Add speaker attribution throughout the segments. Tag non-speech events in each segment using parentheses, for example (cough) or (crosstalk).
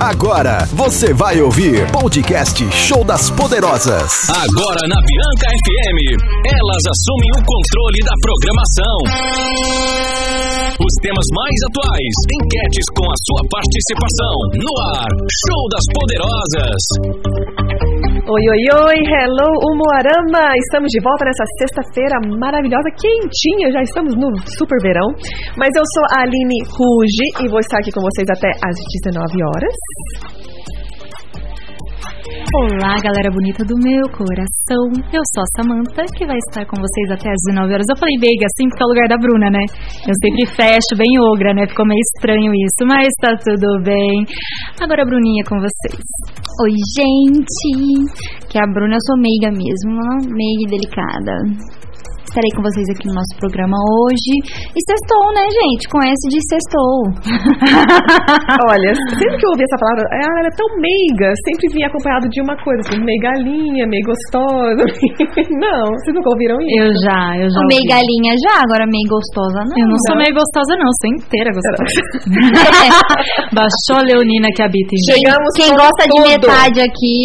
Speaker 1: Agora você vai ouvir podcast Show das Poderosas.
Speaker 2: Agora na Bianca FM, elas assumem o controle da programação. Os temas mais atuais, enquetes com a sua participação. No ar, Show das Poderosas.
Speaker 3: Oi, oi, oi, hello, Umuarama! Estamos de volta nessa sexta-feira maravilhosa, quentinha, já estamos no super verão. Mas eu sou a Aline Ruge e vou estar aqui com vocês até às 19 horas.
Speaker 4: Olá, galera bonita do meu coração. Eu sou a Samanta, que vai estar com vocês até as 19 horas. Eu falei meiga assim porque é o lugar da Bruna, né? Eu sempre fecho bem ogra, né? Ficou meio estranho isso, mas tá tudo bem. Agora a Bruninha com vocês.
Speaker 5: Oi, gente! Que é a Bruna eu sou meiga mesmo, meiga e delicada estarei com vocês aqui no nosso programa hoje. E sextou, né, gente? Com S de sextou.
Speaker 3: Olha, sempre que eu ouvi essa palavra, é, ah, ela era tão meiga, sempre vinha acompanhado de uma coisa, assim, meio galinha, meio gostosa. assim. (laughs) não, vocês nunca ouviram isso?
Speaker 4: Eu já, eu já.
Speaker 5: Meio galinha já, agora meio gostosa, não.
Speaker 4: Eu não, não. sou meio gostosa, não, sou inteira gostosa.
Speaker 3: (laughs)
Speaker 4: Baixou a Leonina que habita em
Speaker 3: Chegamos
Speaker 5: (laughs) Quem gosta todo. de metade aqui,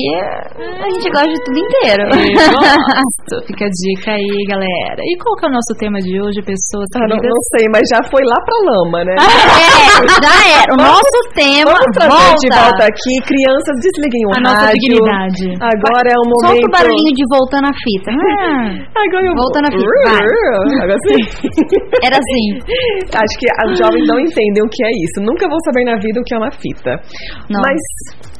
Speaker 5: a gente gosta de tudo inteiro. (laughs)
Speaker 4: Fica a dica aí, galera. E qual que é o nosso tema de hoje, pessoas?
Speaker 3: Ah, não, não, sei, mas já foi lá pra lama, né?
Speaker 5: (laughs)
Speaker 4: Ah,
Speaker 5: É, já era. O nosso vamos, tema
Speaker 3: vamos volta. de volta aqui. Crianças, desliguem o
Speaker 4: A nossa dignidade.
Speaker 3: Agora é o momento...
Speaker 5: Solta o barulhinho de voltando a fita. Ah,
Speaker 3: agora eu...
Speaker 5: Voltando a fita, vai.
Speaker 3: Agora sim.
Speaker 4: (laughs)
Speaker 5: Era assim.
Speaker 3: (laughs) Acho que os jovens não entendem o que é isso. Nunca vão saber na vida o que é uma fita. Não. Mas,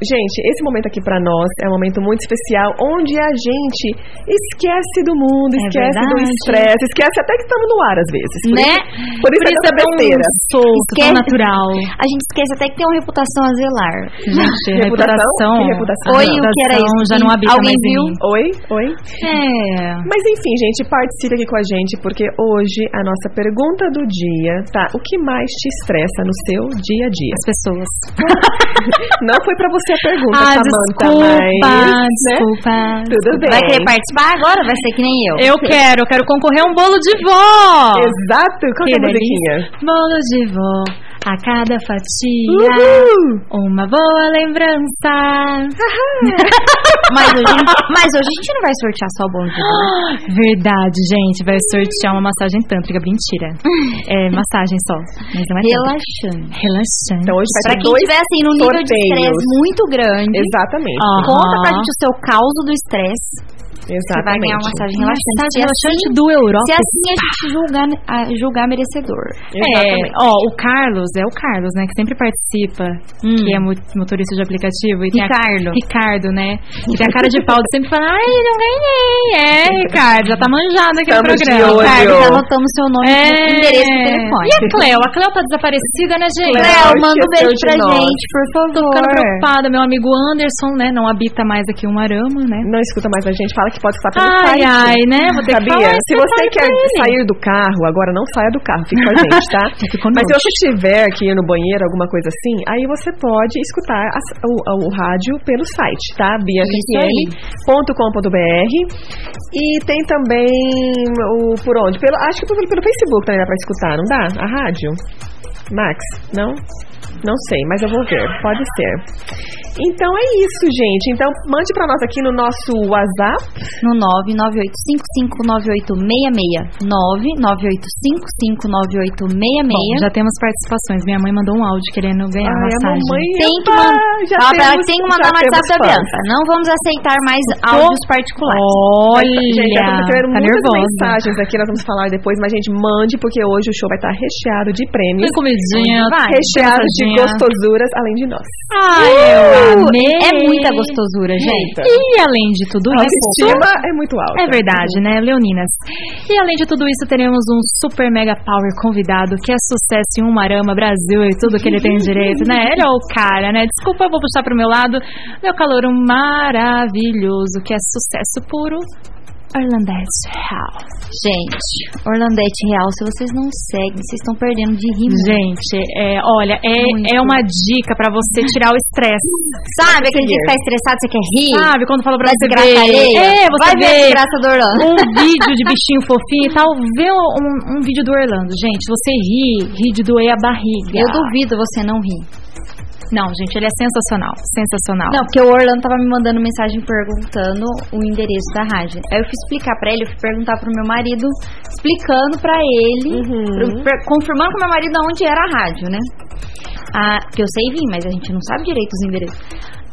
Speaker 3: gente, esse momento aqui pra nós é um momento muito especial, onde a gente esquece do mundo, é esquece verdade. do estresse esquece até que estamos no ar às vezes.
Speaker 4: é
Speaker 3: Por
Speaker 5: né?
Speaker 3: Isso, por isso, por isso é besteira.
Speaker 4: Um solto, esquece, natural.
Speaker 5: A gente esquece até que tem uma reputação a zelar. (laughs)
Speaker 4: Gente, reputação. reputação.
Speaker 5: Oi, o que era isso?
Speaker 4: Já não habita
Speaker 5: Alguém
Speaker 4: mais
Speaker 5: viu?
Speaker 3: Oi, oi.
Speaker 4: É.
Speaker 3: Mas enfim, gente, participe aqui com a gente, porque hoje a nossa pergunta do dia tá: o que mais te estressa no seu dia a dia?
Speaker 4: As pessoas.
Speaker 3: não foi pra você a pergunta,
Speaker 4: ah,
Speaker 3: Samanta,
Speaker 4: desculpa,
Speaker 3: mas,
Speaker 4: desculpa,
Speaker 3: né? Tudo bem.
Speaker 5: Vai querer participar agora? Vai ser que nem eu.
Speaker 4: Eu quero, eu quero concorrer a um bolo de vó!
Speaker 3: Exato! Qual que é a musiquinha?
Speaker 4: Bolo de vó, a cada fatia, Uhul. uma boa lembrança.
Speaker 5: mas, hoje,
Speaker 4: (laughs)
Speaker 5: mas hoje a gente não vai sortear só o bolo de vó.
Speaker 4: Verdade, gente. Vai sortear uma massagem tântrica. Mentira. É
Speaker 5: (laughs)
Speaker 4: massagem só. Mas não é
Speaker 5: Relaxante.
Speaker 4: Tântrica. Relaxante.
Speaker 3: Então hoje vai
Speaker 5: pra
Speaker 3: ter
Speaker 5: quem estiver assim num nível de estresse muito grande.
Speaker 3: Exatamente.
Speaker 5: Uhum. Conta pra gente o seu caos do estresse.
Speaker 3: Exatamente. Você
Speaker 5: vai ganhar uma massagem É relaxante. Massagem
Speaker 4: relaxante assim, do Europa.
Speaker 5: Se assim a gente julgar, a, julgar merecedor.
Speaker 4: Exatamente. É, ó, o Carlos, é o Carlos, né, que sempre participa, hum. que é motorista de aplicativo. E
Speaker 5: Ricardo.
Speaker 4: A, Ricardo, né, que tem a cara de pau de sempre falar, ai, não ganhei. É, Ricardo, já tá manjado aqui
Speaker 3: Estamos
Speaker 4: no programa.
Speaker 5: Ricardo, já anotamos seu nome é. no endereço do telefone.
Speaker 4: E a Cleo? A Cleo tá desaparecida, né, gente?
Speaker 5: Cleo, manda um beijo pra gente, por favor.
Speaker 4: Tô ficando preocupada. Meu amigo Anderson, né, não habita mais aqui um arama, né?
Speaker 3: Não escuta mais a gente, fala que pode escutar pelo
Speaker 4: ai,
Speaker 3: site.
Speaker 4: Ai, né? Vou ter
Speaker 3: Sabia?
Speaker 4: Falar,
Speaker 3: se você quer sair do carro, agora não saia do carro, fica com a gente, tá? Mas se você tiver que ir no banheiro, alguma coisa assim, aí você pode escutar as, o, o, rádio pelo site, tá? biancafm.com.br e tem também o por onde? Pelo, acho que pelo, pelo Facebook também dá pra escutar, não dá? A rádio? Max, não? Não sei, mas eu vou ver. Pode ser. Então é isso, gente. Então mande para nós aqui no nosso WhatsApp.
Speaker 5: No 998559866. 998559866. Bom,
Speaker 4: já temos participações. Minha mãe mandou um áudio querendo ganhar Ai, massagem.
Speaker 5: Mamãe, tem que mandar. Ah, temos, tem que mandar no WhatsApp da Bianca. Não vamos aceitar mais áudios particulares.
Speaker 4: Olha,
Speaker 3: gente, é
Speaker 4: tá
Speaker 3: muitas
Speaker 4: nervosa.
Speaker 3: mensagens aqui. Nós vamos falar depois, mas gente, mande porque hoje o show vai estar recheado de prêmios.
Speaker 4: Tem comidinha,
Speaker 3: vai, recheado de gostosuras além de nós.
Speaker 4: Ai, eu amei.
Speaker 5: É muita gostosura, gente.
Speaker 4: Uh! E além de tudo
Speaker 3: a
Speaker 4: isso.
Speaker 3: é muito alta.
Speaker 4: É verdade, né, Leoninas? E além de tudo isso, teremos um super mega power convidado que é sucesso em Umarama, Brasil e tudo que ele tem direito, né? Ele é o cara, né? Desculpa, eu vou puxar pro meu lado. Meu calor um maravilhoso, que é sucesso puro. Orlandete Real.
Speaker 5: Gente, Orlandete Real, se vocês não seguem, vocês estão perdendo de rir.
Speaker 4: Gente, é, olha, é, muito. é uma dica pra você tirar o estresse.
Speaker 5: Sabe aquele dia que tá estressado, você quer rir?
Speaker 4: Sabe, quando fala pra
Speaker 5: Vai
Speaker 4: você
Speaker 5: ver. Alheia.
Speaker 4: É, você
Speaker 5: Vai
Speaker 4: vê
Speaker 5: ver graça do Orlando.
Speaker 4: um vídeo de bichinho fofinho e tal, vê um, um vídeo do Orlando. Gente, você ri, ri de doer a barriga.
Speaker 5: Eu duvido você não rir.
Speaker 4: Não, gente, ele é sensacional. Sensacional.
Speaker 5: Não, porque o Orlando tava me mandando mensagem perguntando o endereço da rádio. Aí eu fui explicar pra ele, eu fui perguntar pro meu marido, explicando pra ele, pro- per- confirmando com meu marido onde era a rádio, né? Ah, que eu sei vir, mas a gente não sabe direito os endereços.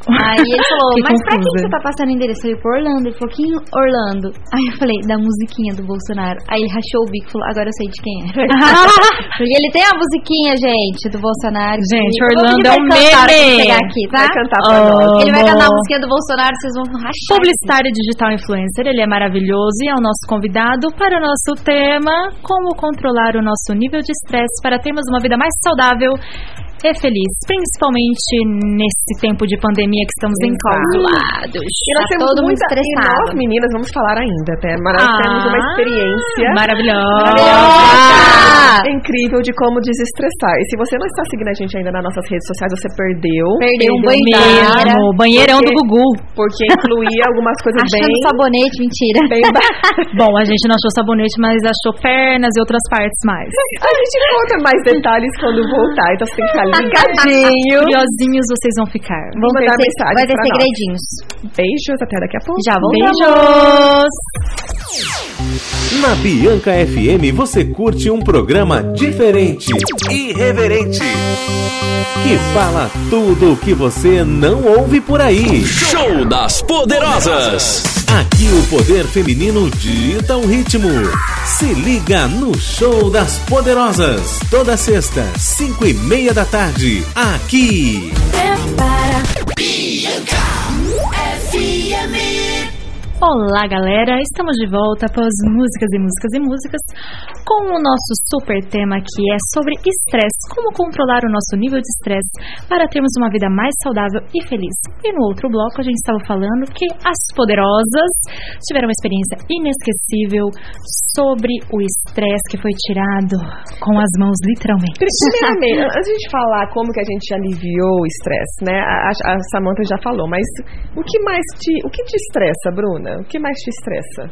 Speaker 5: Aí ele falou,
Speaker 4: Que
Speaker 5: mas pra quem você
Speaker 4: confusa.
Speaker 5: tá passando o endereço? Eu falei, pro Orlando. Ele falou, quem Orlando? Aí eu falei, da musiquinha do Bolsonaro. Aí ele rachou o bico e falou, agora eu sei de quem é. Porque ele tem a musiquinha, gente, do Bolsonaro.
Speaker 4: Gente,
Speaker 5: Eu vou
Speaker 4: Orlando
Speaker 5: pedir pra
Speaker 4: é um
Speaker 5: ele cantar pra
Speaker 4: meme.
Speaker 5: gente pegar aqui, tá?
Speaker 3: Vai cantar pra nós.
Speaker 5: Ele vai
Speaker 4: Amo.
Speaker 5: cantar a musiquinha do Bolsonaro, vocês vão rachar.
Speaker 4: Publicitário digital influencer, ele é maravilhoso e é o nosso convidado para o nosso tema Como controlar o nosso nível de estresse para termos uma vida mais saudável e feliz, principalmente nesse tempo de pandemia que estamos enclausurados.
Speaker 3: E nós
Speaker 5: Tá
Speaker 3: temos
Speaker 5: todo mundo
Speaker 3: muita, e
Speaker 5: estressado.
Speaker 3: nós, meninas, vamos falar ainda, até. Mas nós
Speaker 4: Ah,
Speaker 3: temos uma experiência
Speaker 5: Maravilhosa!
Speaker 3: incrível de como desestressar. E se você não está seguindo a gente ainda nas nossas redes sociais, você perdeu.
Speaker 5: Perdeu um banheiro.
Speaker 4: Mesmo, banheirão do
Speaker 3: Porque-
Speaker 4: Gugu.
Speaker 3: Porque incluía algumas coisas bem...
Speaker 5: Achando sabonete, mentira.
Speaker 3: bem ba- (laughs)
Speaker 4: Bom, a gente não achou sabonete, mas achou pernas e outras partes mais.
Speaker 3: A gente conta mais detalhes quando voltar, então você tem que ficar
Speaker 5: Tá
Speaker 3: ligadinho.
Speaker 4: Curiosinhos vocês vão ficar.
Speaker 3: Vamos
Speaker 5: Vai
Speaker 3: mandar
Speaker 5: ter-
Speaker 3: mensagem
Speaker 5: Vai ter
Speaker 3: pra nós.
Speaker 5: segredinhos.
Speaker 3: Beijos, até daqui a pouco.
Speaker 5: Já voltamos. (laughs)
Speaker 4: Beijos!
Speaker 6: Na Bianca FM você curte um programa diferente, irreverente, que fala tudo o que você não ouve por aí.
Speaker 2: Show das Poderosas.
Speaker 6: Aqui o poder feminino dita o ritmo. Se liga no Show das Poderosas, toda sexta, cinco e meia da tarde, aqui.
Speaker 4: Olá, galera! Estamos de volta após músicas e músicas e músicas com o nosso super tema que é sobre estresse, como controlar o nosso nível de estresse para termos uma vida mais saudável e feliz. E no outro bloco a gente estava falando que as poderosas tiveram uma experiência inesquecível sobre o estresse que foi tirado com as mãos, literalmente.
Speaker 3: Primeiramente, antes de a gente falar como que a gente aliviou o estresse, né? A, a- a Samantha já falou, mas o que mais te, o que te estressa, Bruna? O que mais te estressa?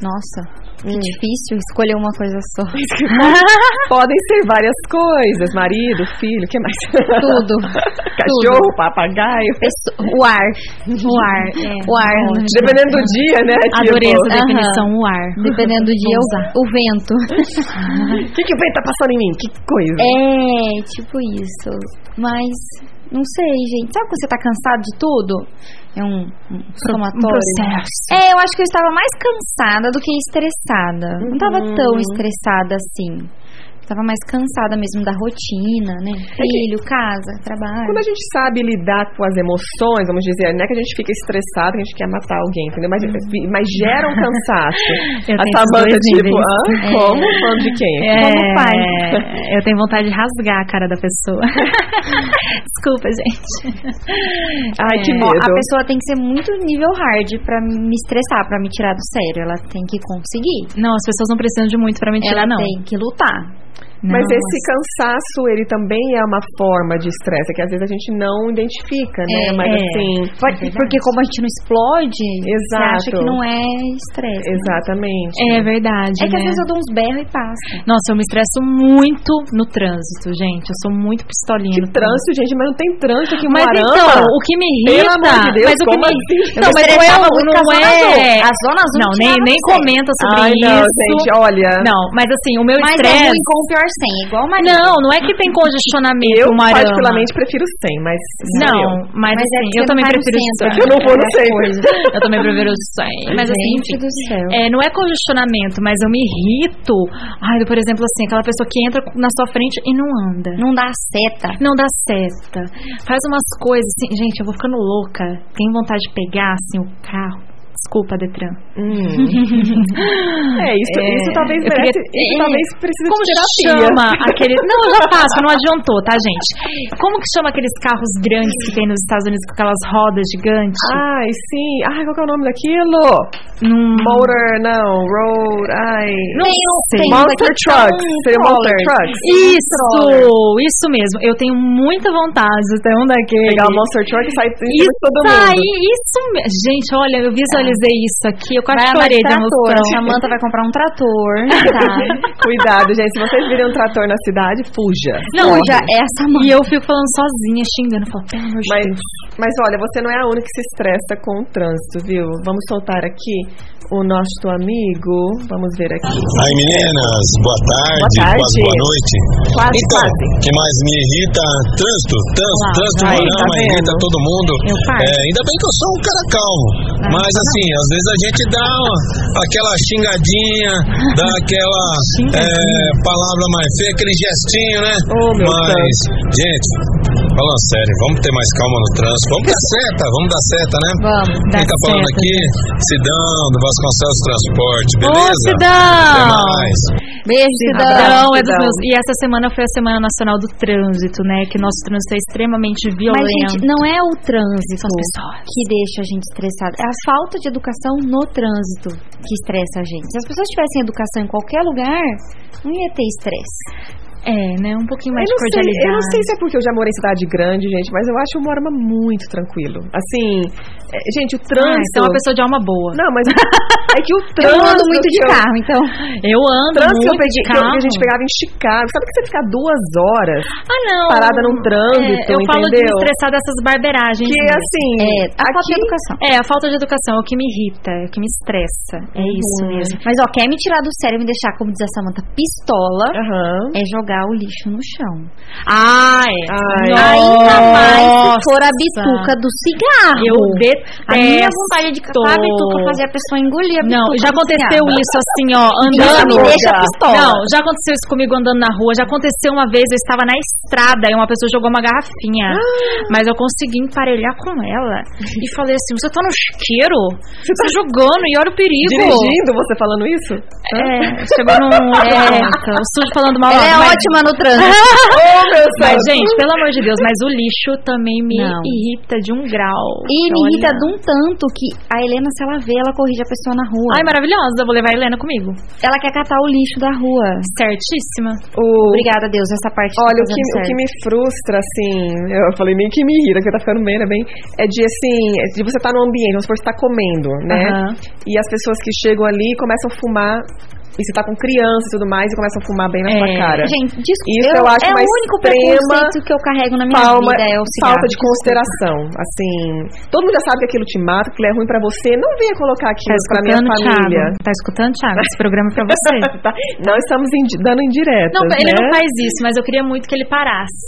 Speaker 5: Nossa, que difícil escolher uma coisa só. (laughs) Ah.
Speaker 3: Podem ser várias coisas, marido, filho, o que mais?
Speaker 5: Tudo.
Speaker 3: (laughs) Cachorro, papagaio.
Speaker 5: Pesso- O ar.
Speaker 4: O
Speaker 5: (laughs)
Speaker 4: ar, é.
Speaker 5: O ar.
Speaker 3: Dependendo do dia, né?
Speaker 4: Adorei essa
Speaker 5: Aham.
Speaker 4: definição, o ar.
Speaker 5: Dependendo do dia,
Speaker 4: Vou usar.
Speaker 5: o, o vento.
Speaker 3: O que, que o vento tá passando em mim? Que coisa.
Speaker 5: É, tipo isso. Mas, não sei, gente. Sabe quando você tá cansado de tudo? É um, um somatório.
Speaker 4: processo.
Speaker 5: É, eu acho que eu estava mais cansada do que estressada. Não tava tão estressada assim. Tava mais cansada mesmo da rotina, né? Filho, casa, trabalho.
Speaker 3: Quando a gente sabe lidar com as emoções, vamos dizer, não é que a gente fica estressado, que a gente quer matar alguém, entendeu?
Speaker 5: Uhum.
Speaker 3: Mas, mas gera um cansaço.
Speaker 5: (laughs)
Speaker 4: Eu
Speaker 3: a
Speaker 4: tenho esses
Speaker 3: Samanta,
Speaker 4: dois
Speaker 3: tipo,
Speaker 4: níveis.
Speaker 3: ah,
Speaker 5: É.
Speaker 3: como? Falando de quem? Como
Speaker 5: (laughs)
Speaker 3: faz?
Speaker 4: É, Eu tenho vontade de rasgar a cara da pessoa. Desculpa, gente.
Speaker 3: Ai,
Speaker 4: É.
Speaker 3: que
Speaker 5: Ó, É, a
Speaker 3: medo.
Speaker 5: pessoa tem que ser muito nível hard pra me estressar, pra me tirar do sério. Ela tem que conseguir.
Speaker 4: Não, as pessoas não precisam de muito pra me tirar,
Speaker 5: Ela
Speaker 4: não.
Speaker 5: tem que lutar.
Speaker 4: Não. é
Speaker 3: Mas esse cansaço, ele também é uma forma de estresse, é que às vezes a gente não identifica, né?
Speaker 5: É,
Speaker 3: Mas
Speaker 4: é.
Speaker 3: assim.
Speaker 5: Porque como a gente não explode, você
Speaker 3: Exato.
Speaker 5: acha que não é estresse.
Speaker 3: Exatamente.
Speaker 4: É verdade.
Speaker 5: É que às
Speaker 4: né?
Speaker 5: vezes eu dou uns berros e passa.
Speaker 4: Nossa, eu me estresso muito no trânsito, gente. Eu sou muito pistolinha.
Speaker 3: Que
Speaker 4: no
Speaker 3: trânsito, gente, mas não tem trânsito aqui em
Speaker 4: Mas
Speaker 3: Moarama.
Speaker 4: então, o que me
Speaker 3: Pelo
Speaker 4: irrita,
Speaker 3: amor de Deus,
Speaker 4: mas o que
Speaker 3: como
Speaker 4: me
Speaker 3: assim?
Speaker 4: Não,
Speaker 3: Eu
Speaker 4: mas não é,
Speaker 5: estressava muito
Speaker 4: não
Speaker 5: com a zona
Speaker 4: é.
Speaker 5: azul. A zona azul
Speaker 4: Não,
Speaker 5: me
Speaker 4: nem
Speaker 5: tirava do
Speaker 4: nem
Speaker 5: sério.
Speaker 4: comenta sobre
Speaker 3: Ai,
Speaker 4: isso.
Speaker 3: não, gente, olha.
Speaker 4: Não, mas assim, o meu
Speaker 5: Mas é
Speaker 4: estresse
Speaker 5: ruim com o pior sem, igual o marido.
Speaker 4: Não, não é que tem congestionamento,
Speaker 3: Eu,
Speaker 4: Marama.
Speaker 3: particularmente, prefiro sem, mas.
Speaker 4: Não,
Speaker 5: Mas
Speaker 4: mas,
Speaker 5: é que
Speaker 4: assim, eu
Speaker 5: você
Speaker 4: também
Speaker 5: não vai no
Speaker 4: prefiro
Speaker 5: centro,
Speaker 4: sangue.
Speaker 5: né?
Speaker 3: Eu não vou no
Speaker 5: Várias
Speaker 3: centro.
Speaker 4: Eu também prefiro sangue. Mas assim,
Speaker 5: Gente
Speaker 4: enfim.
Speaker 5: do céu.
Speaker 4: É, não é congestionamento, mas eu me irrito. Ai, por exemplo, assim, aquela pessoa que entra na sua frente e não anda.
Speaker 5: Não dá seta.
Speaker 4: Não dá seta. Faz umas coisas assim. Gente, eu vou ficando louca. Tenho vontade de pegar, assim, o carro. Desculpa, Detran.
Speaker 3: Hum.
Speaker 4: (laughs)
Speaker 3: É, isso, isso talvez
Speaker 4: eu queria-
Speaker 3: merece. Isso
Speaker 4: é.
Speaker 3: talvez precise
Speaker 4: Como
Speaker 3: de terapia.
Speaker 4: chama aquele. Não, já passa, não adiantou, tá, gente? Como que chama aqueles carros grandes que tem nos Estados Unidos com aquelas rodas gigantes?
Speaker 3: (laughs)
Speaker 5: Ah,
Speaker 3: Ai, sim. Ai, qual que é o nome daquilo?
Speaker 4: Num-
Speaker 3: Motor, não. Road, ai.
Speaker 4: Não sei.
Speaker 5: tem um
Speaker 3: Monster
Speaker 5: daqui que é um
Speaker 3: Trucks. Seria Monster
Speaker 5: crawler.
Speaker 3: Trucks.
Speaker 4: Isso, isso mesmo. Eu tenho muita vontade de ter um daquele.
Speaker 3: Pegar o Monster Truck e sair em cima de
Speaker 4: Isso
Speaker 3: todo mundo.
Speaker 4: aí, isso mesmo. Gente, olha, eu visualizei visualizei isso aqui, eu quase
Speaker 5: Vai amar
Speaker 4: chorei da
Speaker 5: trator. A
Speaker 4: emoção.
Speaker 5: Samanta vai comprar um
Speaker 3: (laughs)
Speaker 5: trator, tá?
Speaker 3: Cuidado, gente. Se vocês virem um trator na cidade, fuja.
Speaker 5: Não,
Speaker 4: Corre.
Speaker 5: já é a Samanta.
Speaker 4: E eu fico falando sozinha, xingando, falo, pelo amor de
Speaker 3: Mas,
Speaker 4: Deus.
Speaker 3: mas olha, você não é a única que se estressa com o trânsito, viu? Vamos soltar aqui o nosso amigo. Vamos ver aqui.
Speaker 7: Aí meninas, boa tarde,
Speaker 3: Boa tarde.
Speaker 7: quase boa noite.
Speaker 3: Quase,
Speaker 7: então,
Speaker 3: quase.
Speaker 7: o que mais me irrita? Trânsito, trânsito,
Speaker 4: Lá,
Speaker 7: trânsito,
Speaker 3: aí, tá
Speaker 7: morama,
Speaker 3: vendo?
Speaker 7: irrita todo mundo.
Speaker 4: Eu paro.
Speaker 7: É, ainda bem que eu sou um cara calmo,
Speaker 3: Ah, tá.
Speaker 7: mas assim, às vezes a gente dá uma- aquela
Speaker 3: (laughs)
Speaker 7: xingadinha, dá aquela é, palavra mais feia, aquele gestinho, né?
Speaker 3: Ô, Oh, meu
Speaker 7: mas, gente, falando sério, vamos ter mais calma no trânsito, vamos dar seta, vamos dar seta, né?
Speaker 4: Vamos, dá
Speaker 7: Quem tá falando
Speaker 4: certo. né?
Speaker 7: aqui? Cidão, do Vasconcelos Transporte,
Speaker 4: Ô,
Speaker 7: beleza? Até
Speaker 4: Cidão!
Speaker 7: mais.
Speaker 5: Beijo,
Speaker 3: Cidão.
Speaker 5: Cidão.
Speaker 4: Não, é dos
Speaker 3: Cidão.
Speaker 4: meus. E essa semana foi a Semana Nacional do Trânsito, né? Que nosso trânsito é extremamente
Speaker 5: Mas,
Speaker 4: violento.
Speaker 5: gente, não é o trânsito
Speaker 4: pessoas.
Speaker 5: que deixa a gente estressado. É a falta de educação no trânsito que estressa a gente. Se as pessoas tivessem educação em qualquer lugar, não ia ter estresse.
Speaker 4: É, né? Um pouquinho mais
Speaker 3: Eu
Speaker 4: Ah, de
Speaker 3: não, sei,
Speaker 4: cordialidade.
Speaker 3: eu não sei se é porque eu já morei em cidade grande, gente, mas eu acho o Morama muito tranquilo. Assim, é, gente, o
Speaker 4: Ah,
Speaker 3: trânsito.
Speaker 4: então é uma pessoa de alma boa.
Speaker 3: Não, (laughs) mas é que o
Speaker 5: Eu
Speaker 3: trânsito.
Speaker 5: ando muito de
Speaker 3: que eu-
Speaker 5: carro, então.
Speaker 4: Eu ando
Speaker 3: Trânsito que
Speaker 4: muito
Speaker 3: eu peguei,
Speaker 4: de
Speaker 3: que eu-
Speaker 4: carro.
Speaker 3: que a gente pegava em Chicago. Sabe que você ficar duas horas
Speaker 4: Ah, não.
Speaker 3: parada num trânsito,
Speaker 4: É, eu falo de
Speaker 3: entendeu?
Speaker 4: estressar dessas barberagens.
Speaker 3: que
Speaker 4: mesmo.
Speaker 3: assim.
Speaker 5: É, a falta de
Speaker 3: aqui-
Speaker 5: educação.
Speaker 4: É, a falta de educação é o que me irrita, é o que me estressa. É isso
Speaker 3: Uhum.
Speaker 4: mesmo.
Speaker 5: Mas, ó, quer me tirar do sério e me deixar, como diz a Samanta, pistola,
Speaker 3: Aham.
Speaker 5: é jogar o lixo no chão.
Speaker 4: Ah, é.
Speaker 3: Ai,
Speaker 5: Ainda mais se
Speaker 4: Nossa.
Speaker 5: for a bituca do cigarro.
Speaker 4: Eu
Speaker 5: A minha
Speaker 4: detesto.
Speaker 5: vontade é de catar a bituca fazer a pessoa engolir a
Speaker 4: Não,
Speaker 5: bituca. do
Speaker 4: já aconteceu
Speaker 5: cigarro.
Speaker 4: isso assim, ó,
Speaker 5: Já
Speaker 4: andando.
Speaker 5: me deixa pistola.
Speaker 4: Não, já aconteceu isso comigo andando na rua. Já aconteceu uma vez, eu estava na estrada e uma pessoa jogou uma garrafinha.
Speaker 5: Ah.
Speaker 4: Mas eu consegui emparelhar com ela. E falei assim: você tá no chiqueiro? Você tá jogando e olha o perigo.
Speaker 3: Dirigindo, você falando isso?
Speaker 4: É, chegou
Speaker 5: (laughs)
Speaker 4: num. É, o sujo falando mal.
Speaker 5: Ela é
Speaker 4: mas-
Speaker 5: ótima no trânsito.
Speaker 3: Oh, meu
Speaker 4: Mas,
Speaker 3: santo.
Speaker 4: gente, pelo amor de Deus, mas o lixo também me
Speaker 5: Não.
Speaker 4: irrita de um grau.
Speaker 5: E me irrita
Speaker 4: Olha.
Speaker 5: de um tanto que a Helena, se ela vê, ela corrige a pessoa na rua.
Speaker 4: Ai, maravilhosa, vou levar a Helena comigo.
Speaker 5: Ela quer catar o lixo da rua.
Speaker 4: Certíssima.
Speaker 3: O-
Speaker 5: Obrigada, Deus, essa parte tá
Speaker 3: Olha, o que,
Speaker 5: fazendo
Speaker 3: o
Speaker 5: certo.
Speaker 3: que me frustra, assim, eu falei nem que me irrita, que tá ficando bem, né, bem, é de, assim, é de você estar tá num ambiente, vamos supor, você tá comendo, né,
Speaker 5: Ah.
Speaker 4: Aham.
Speaker 3: e as pessoas que chegam ali começam a fumar, e você tá com criança e tudo mais, e começam a fumar bem na sua
Speaker 4: É,
Speaker 3: cara.
Speaker 5: Gente, desculpa.
Speaker 3: Isso eu acho
Speaker 5: é
Speaker 4: um
Speaker 3: uma
Speaker 5: o único
Speaker 3: extrema
Speaker 5: preconceito que eu carrego na minha
Speaker 3: Palma,
Speaker 5: vida, é o cigarro.
Speaker 3: falta de consideração, assim, todo mundo já sabe que aquilo te mata, que aquilo é ruim pra você, não venha colocar
Speaker 4: Tá
Speaker 3: aquilo pra minha
Speaker 4: escutando,
Speaker 3: família.
Speaker 4: Thiago? Tá escutando, Thiago? Esse programa é pra
Speaker 3: (laughs)
Speaker 4: você.
Speaker 3: Tá? Não estamos indi- dando indiretas,
Speaker 4: Não, ele
Speaker 3: né?
Speaker 4: não faz isso, mas eu queria muito que ele parasse.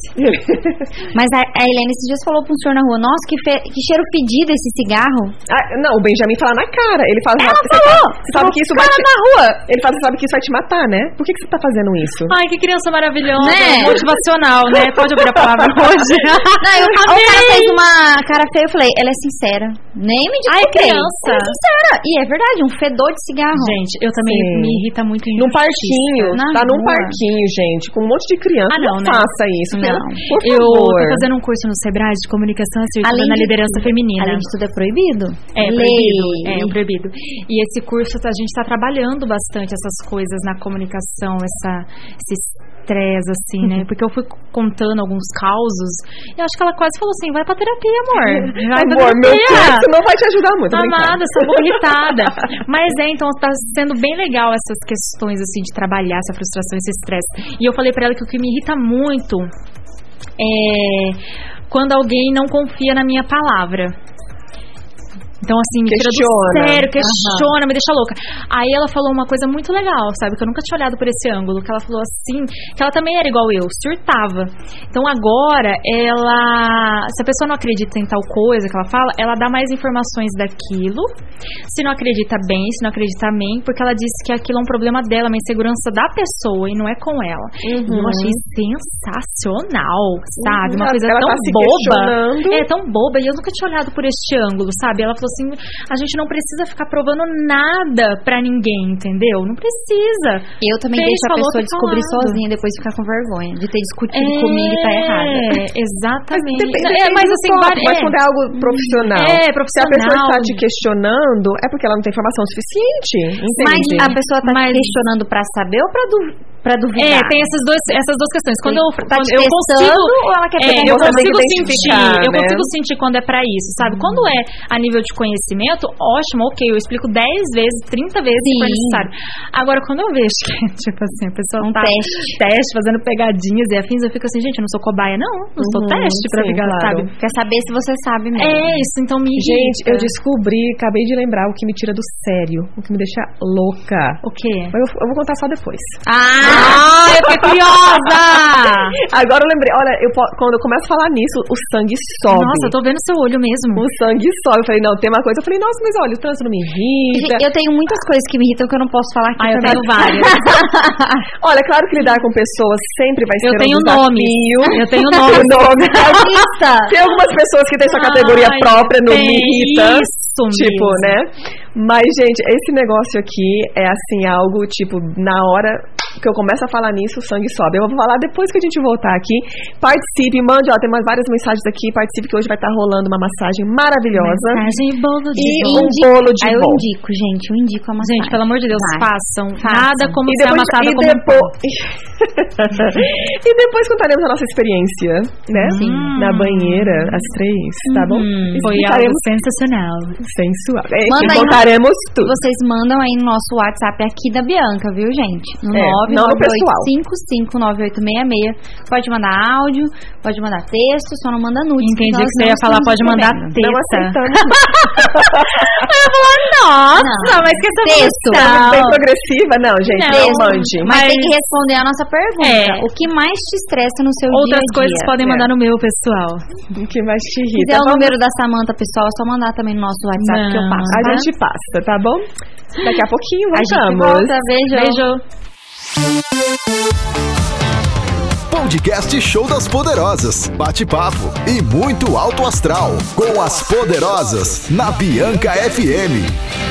Speaker 5: Mas a, a Helena esses dias falou pra um senhor na rua, nossa, que, fe- que cheiro fedido esse cigarro.
Speaker 3: (laughs) Ah, não, o Benjamin fala na cara. Ele fala.
Speaker 5: Ela
Speaker 3: "Você
Speaker 5: falou!
Speaker 3: sabe- Você sabe que isso vai
Speaker 5: cara
Speaker 3: te...
Speaker 5: na rua!
Speaker 3: Ele fala, você sabe que isso vai te matar, né? Por que, que você tá fazendo isso?
Speaker 4: Ai, que criança maravilhosa.
Speaker 5: Né?
Speaker 4: Motivacional, né? Pode ouvir a (laughs) palavra hoje.
Speaker 5: Não, eu, o cara fez
Speaker 4: um-
Speaker 5: uma cara feia, eu falei, ela é sincera. Nem me
Speaker 4: Ai,
Speaker 5: dificultei.
Speaker 4: criança.
Speaker 5: Ela é sincera. E é verdade, um fedor de cigarro.
Speaker 4: Gente, eu também
Speaker 3: Sim.
Speaker 4: me irrita muito
Speaker 3: Num
Speaker 4: injustiça.
Speaker 3: parquinho.
Speaker 5: na
Speaker 3: Tá num
Speaker 5: rua.
Speaker 3: parquinho, gente. Com um monte de criança.
Speaker 4: Ah, não, né?
Speaker 3: faça isso.
Speaker 5: Não.
Speaker 3: pelo- Por
Speaker 4: Eu
Speaker 3: favor.
Speaker 4: tô fazendo um curso no Sebrae de comunicação assertiva
Speaker 5: Além
Speaker 4: na
Speaker 5: de
Speaker 4: liderança
Speaker 5: tudo,
Speaker 4: feminina.
Speaker 5: Além de tudo, é proibido.
Speaker 4: É
Speaker 5: Lei.
Speaker 4: proibido, é é proibido. E esse curso a gente está trabalhando bastante essas coisas na comunicação, essa esse estresse assim,
Speaker 3: (laughs)
Speaker 4: né? Porque eu fui contando alguns causos e acho que ela quase falou assim: "Vai pra terapia, amor".
Speaker 3: (laughs)
Speaker 4: Vai pra Tá
Speaker 3: Amor, meu
Speaker 4: terapia.
Speaker 3: curso não vai te ajudar muito. tô brincando.
Speaker 4: Amada, sou boa
Speaker 3: (laughs)
Speaker 4: irritada. Mas é, então tá sendo bem legal essas questões, assim, de trabalhar essa frustração, esse estresse. E eu falei pra ela que o que me irrita muito é quando alguém não confia na minha palavra. Então, assim, me
Speaker 3: Questiona.
Speaker 4: tira do sério, questiona, me deixa louca. Aí ela falou uma coisa muito legal, sabe? Que eu nunca tinha olhado por esse ângulo. Que ela falou assim, que ela também era igual eu, surtava. Então agora, ela. Se a pessoa não acredita em tal coisa que ela fala, ela dá mais informações daquilo. Se não acredita bem, se não acredita amém, porque ela disse que aquilo é um problema dela, uma insegurança da pessoa e não é com ela.
Speaker 3: Uhum.
Speaker 4: E eu achei sensacional, sabe? Uma
Speaker 3: Uhum,
Speaker 4: coisa
Speaker 3: ela
Speaker 4: tão
Speaker 3: tá se
Speaker 4: boba.
Speaker 3: questionando.
Speaker 4: É tão boba e eu nunca tinha olhado por este ângulo, sabe? Ela falou assim: a gente não precisa ficar provando nada pra ninguém, entendeu? Não precisa.
Speaker 5: Eu também
Speaker 4: Fez,
Speaker 5: deixo a
Speaker 4: falou,
Speaker 5: pessoa
Speaker 4: tá
Speaker 5: descobrir
Speaker 4: falado.
Speaker 5: sozinha e depois ficar com vergonha de ter discutido comigo e tá errada.
Speaker 4: É, Exatamente.
Speaker 3: Depende-
Speaker 4: é,
Speaker 3: depende
Speaker 4: mas
Speaker 3: do
Speaker 4: assim,
Speaker 3: tópico,
Speaker 4: vari-
Speaker 3: mas
Speaker 4: é.
Speaker 3: quando é algo profissional.
Speaker 4: É,
Speaker 3: Se a pessoa
Speaker 4: profissional.
Speaker 3: está te questionando, é porque ela não tem informação suficiente.
Speaker 5: Mas
Speaker 3: Entende?
Speaker 5: a pessoa tá questionando pra saber ou pra, du- pra duvidar.
Speaker 4: É, tem essas duas, essas duas questões. Quando eu,
Speaker 5: Tá
Speaker 4: quando
Speaker 5: te
Speaker 4: eu
Speaker 5: testando
Speaker 4: consigo.
Speaker 5: ou ela quer
Speaker 4: é,
Speaker 5: pegar
Speaker 4: eu
Speaker 3: você tem
Speaker 4: consigo
Speaker 3: que
Speaker 4: sentir.
Speaker 3: identificar,
Speaker 4: Eu
Speaker 3: né?
Speaker 4: consigo sentir quando é pra isso, sabe?
Speaker 5: Uhum.
Speaker 4: Quando é a nível de conhecimento, ótimo, ok. Eu explico 10 vezes, 30 vezes se for
Speaker 5: Sim.
Speaker 4: necessário. Agora, quando eu vejo que, (laughs) tipo assim, a pessoa
Speaker 5: Um
Speaker 4: tá
Speaker 5: teste.
Speaker 4: teste, fazendo pegadinhas e afins, eu fico assim, gente, eu não sou cobaia, não. Não sou
Speaker 3: Uhum,
Speaker 4: teste pra
Speaker 3: sim,
Speaker 4: ficar,
Speaker 3: claro.
Speaker 4: sabe?
Speaker 5: Quer saber se você sabe mesmo.
Speaker 4: É, isso então me irrita.
Speaker 3: Gente, eu descobri, acabei de lembrar o que me tira do sério, o que me deixa louca.
Speaker 4: O quê?
Speaker 3: Mas eu, eu vou contar só depois.
Speaker 4: (laughs) Ah, eu fiquei curiosa!
Speaker 3: Agora eu lembrei, olha, eu po- quando eu começo a falar nisso, o sangue sobe.
Speaker 4: Nossa, eu tô vendo seu olho mesmo.
Speaker 3: O sangue sobe. Eu falei, não, tem uma coisa. Eu falei, nossa, mas olha, o trânsito não me irrita.
Speaker 5: Eu tenho muitas coisas que me irritam que eu não posso falar aqui.
Speaker 4: Ah, eu
Speaker 5: também.
Speaker 4: tenho várias.
Speaker 3: (laughs) Olha, é claro que lidar com pessoas sempre vai
Speaker 4: Eu
Speaker 3: ser
Speaker 4: tenho
Speaker 3: um
Speaker 4: nomes.
Speaker 3: desafio.
Speaker 4: Eu
Speaker 3: (laughs)
Speaker 4: tenho
Speaker 3: O
Speaker 4: nomes.
Speaker 3: nome. é
Speaker 5: Lista.
Speaker 3: Tem algumas pessoas que têm sua categoria
Speaker 4: Ai,
Speaker 3: própria no
Speaker 4: tem
Speaker 3: Me Irrita.
Speaker 4: isso
Speaker 3: tipo,
Speaker 4: mesmo.
Speaker 3: né? Mas, gente, esse negócio aqui é assim, algo, tipo, na hora que eu começo a falar nisso, o sangue sobe. Eu vou falar depois que a gente voltar aqui. Participe, mande, ó, tem mais várias mensagens aqui. Participe que hoje vai estar rolando uma massagem maravilhosa.
Speaker 4: Mensagem bolo de
Speaker 3: E
Speaker 4: bolo.
Speaker 3: um bolo de
Speaker 5: Aí eu
Speaker 3: bom.
Speaker 5: indico, gente. Eu indico a massagem.
Speaker 4: Gente, pelo amor de Deus,
Speaker 5: Vai.
Speaker 4: façam.
Speaker 5: Façam.
Speaker 4: Nada como
Speaker 3: E
Speaker 4: ser
Speaker 3: depois,
Speaker 4: amassada
Speaker 3: e,
Speaker 4: como um
Speaker 3: depois, (laughs) e depois contaremos a nossa experiência, né? Na banheira, às três, tá bom?
Speaker 4: Hum, Foi algo
Speaker 3: Explicaremos
Speaker 4: sensacional.
Speaker 3: sensual. É,
Speaker 5: Manda
Speaker 3: enfim,
Speaker 5: aí no-
Speaker 3: contaremos tudo.
Speaker 5: Vocês mandam aí no nosso WhatsApp aqui da Bianca, viu, gente? No
Speaker 3: É, não no pessoal.
Speaker 5: 998559866. Pode mandar áudio, pode mandar texto, só não manda nudes. porque
Speaker 4: Entendi que
Speaker 5: nós
Speaker 4: você
Speaker 5: não
Speaker 4: ia falar,
Speaker 5: estamos
Speaker 4: pode mandar
Speaker 5: recebendo.
Speaker 4: texto.
Speaker 3: Não assim.
Speaker 4: (laughs)
Speaker 3: (laughs) aceitamos.
Speaker 4: Nossa,
Speaker 5: Não.
Speaker 4: mas que essa
Speaker 5: Texto.
Speaker 4: música-
Speaker 3: Bem progressiva, não, gente.
Speaker 4: Não.
Speaker 3: Não, mande.
Speaker 5: Mas,
Speaker 4: Mas-
Speaker 5: tem que responder a nossa pergunta.
Speaker 4: É.
Speaker 5: O que mais te estressa no seu dia
Speaker 4: Outras
Speaker 5: a dia?
Speaker 4: coisas podem
Speaker 3: é.
Speaker 4: mandar no meu, pessoal.
Speaker 3: O que mais te
Speaker 5: Se quiser
Speaker 3: irrita?
Speaker 5: é o
Speaker 3: Vamos-
Speaker 5: número da Samanta, pessoal, é só mandar também no nosso WhatsApp que eu
Speaker 4: Não.
Speaker 5: passo.
Speaker 3: A
Speaker 5: tá?
Speaker 3: gente passa, tá bom? Daqui a pouquinho
Speaker 5: A gente
Speaker 3: voltamos.
Speaker 5: volta. Beijo.
Speaker 4: Beijo.
Speaker 1: Podcast Show das Poderosas. Bate-papo e muito alto astral. Com as Poderosas, na Bianca FM.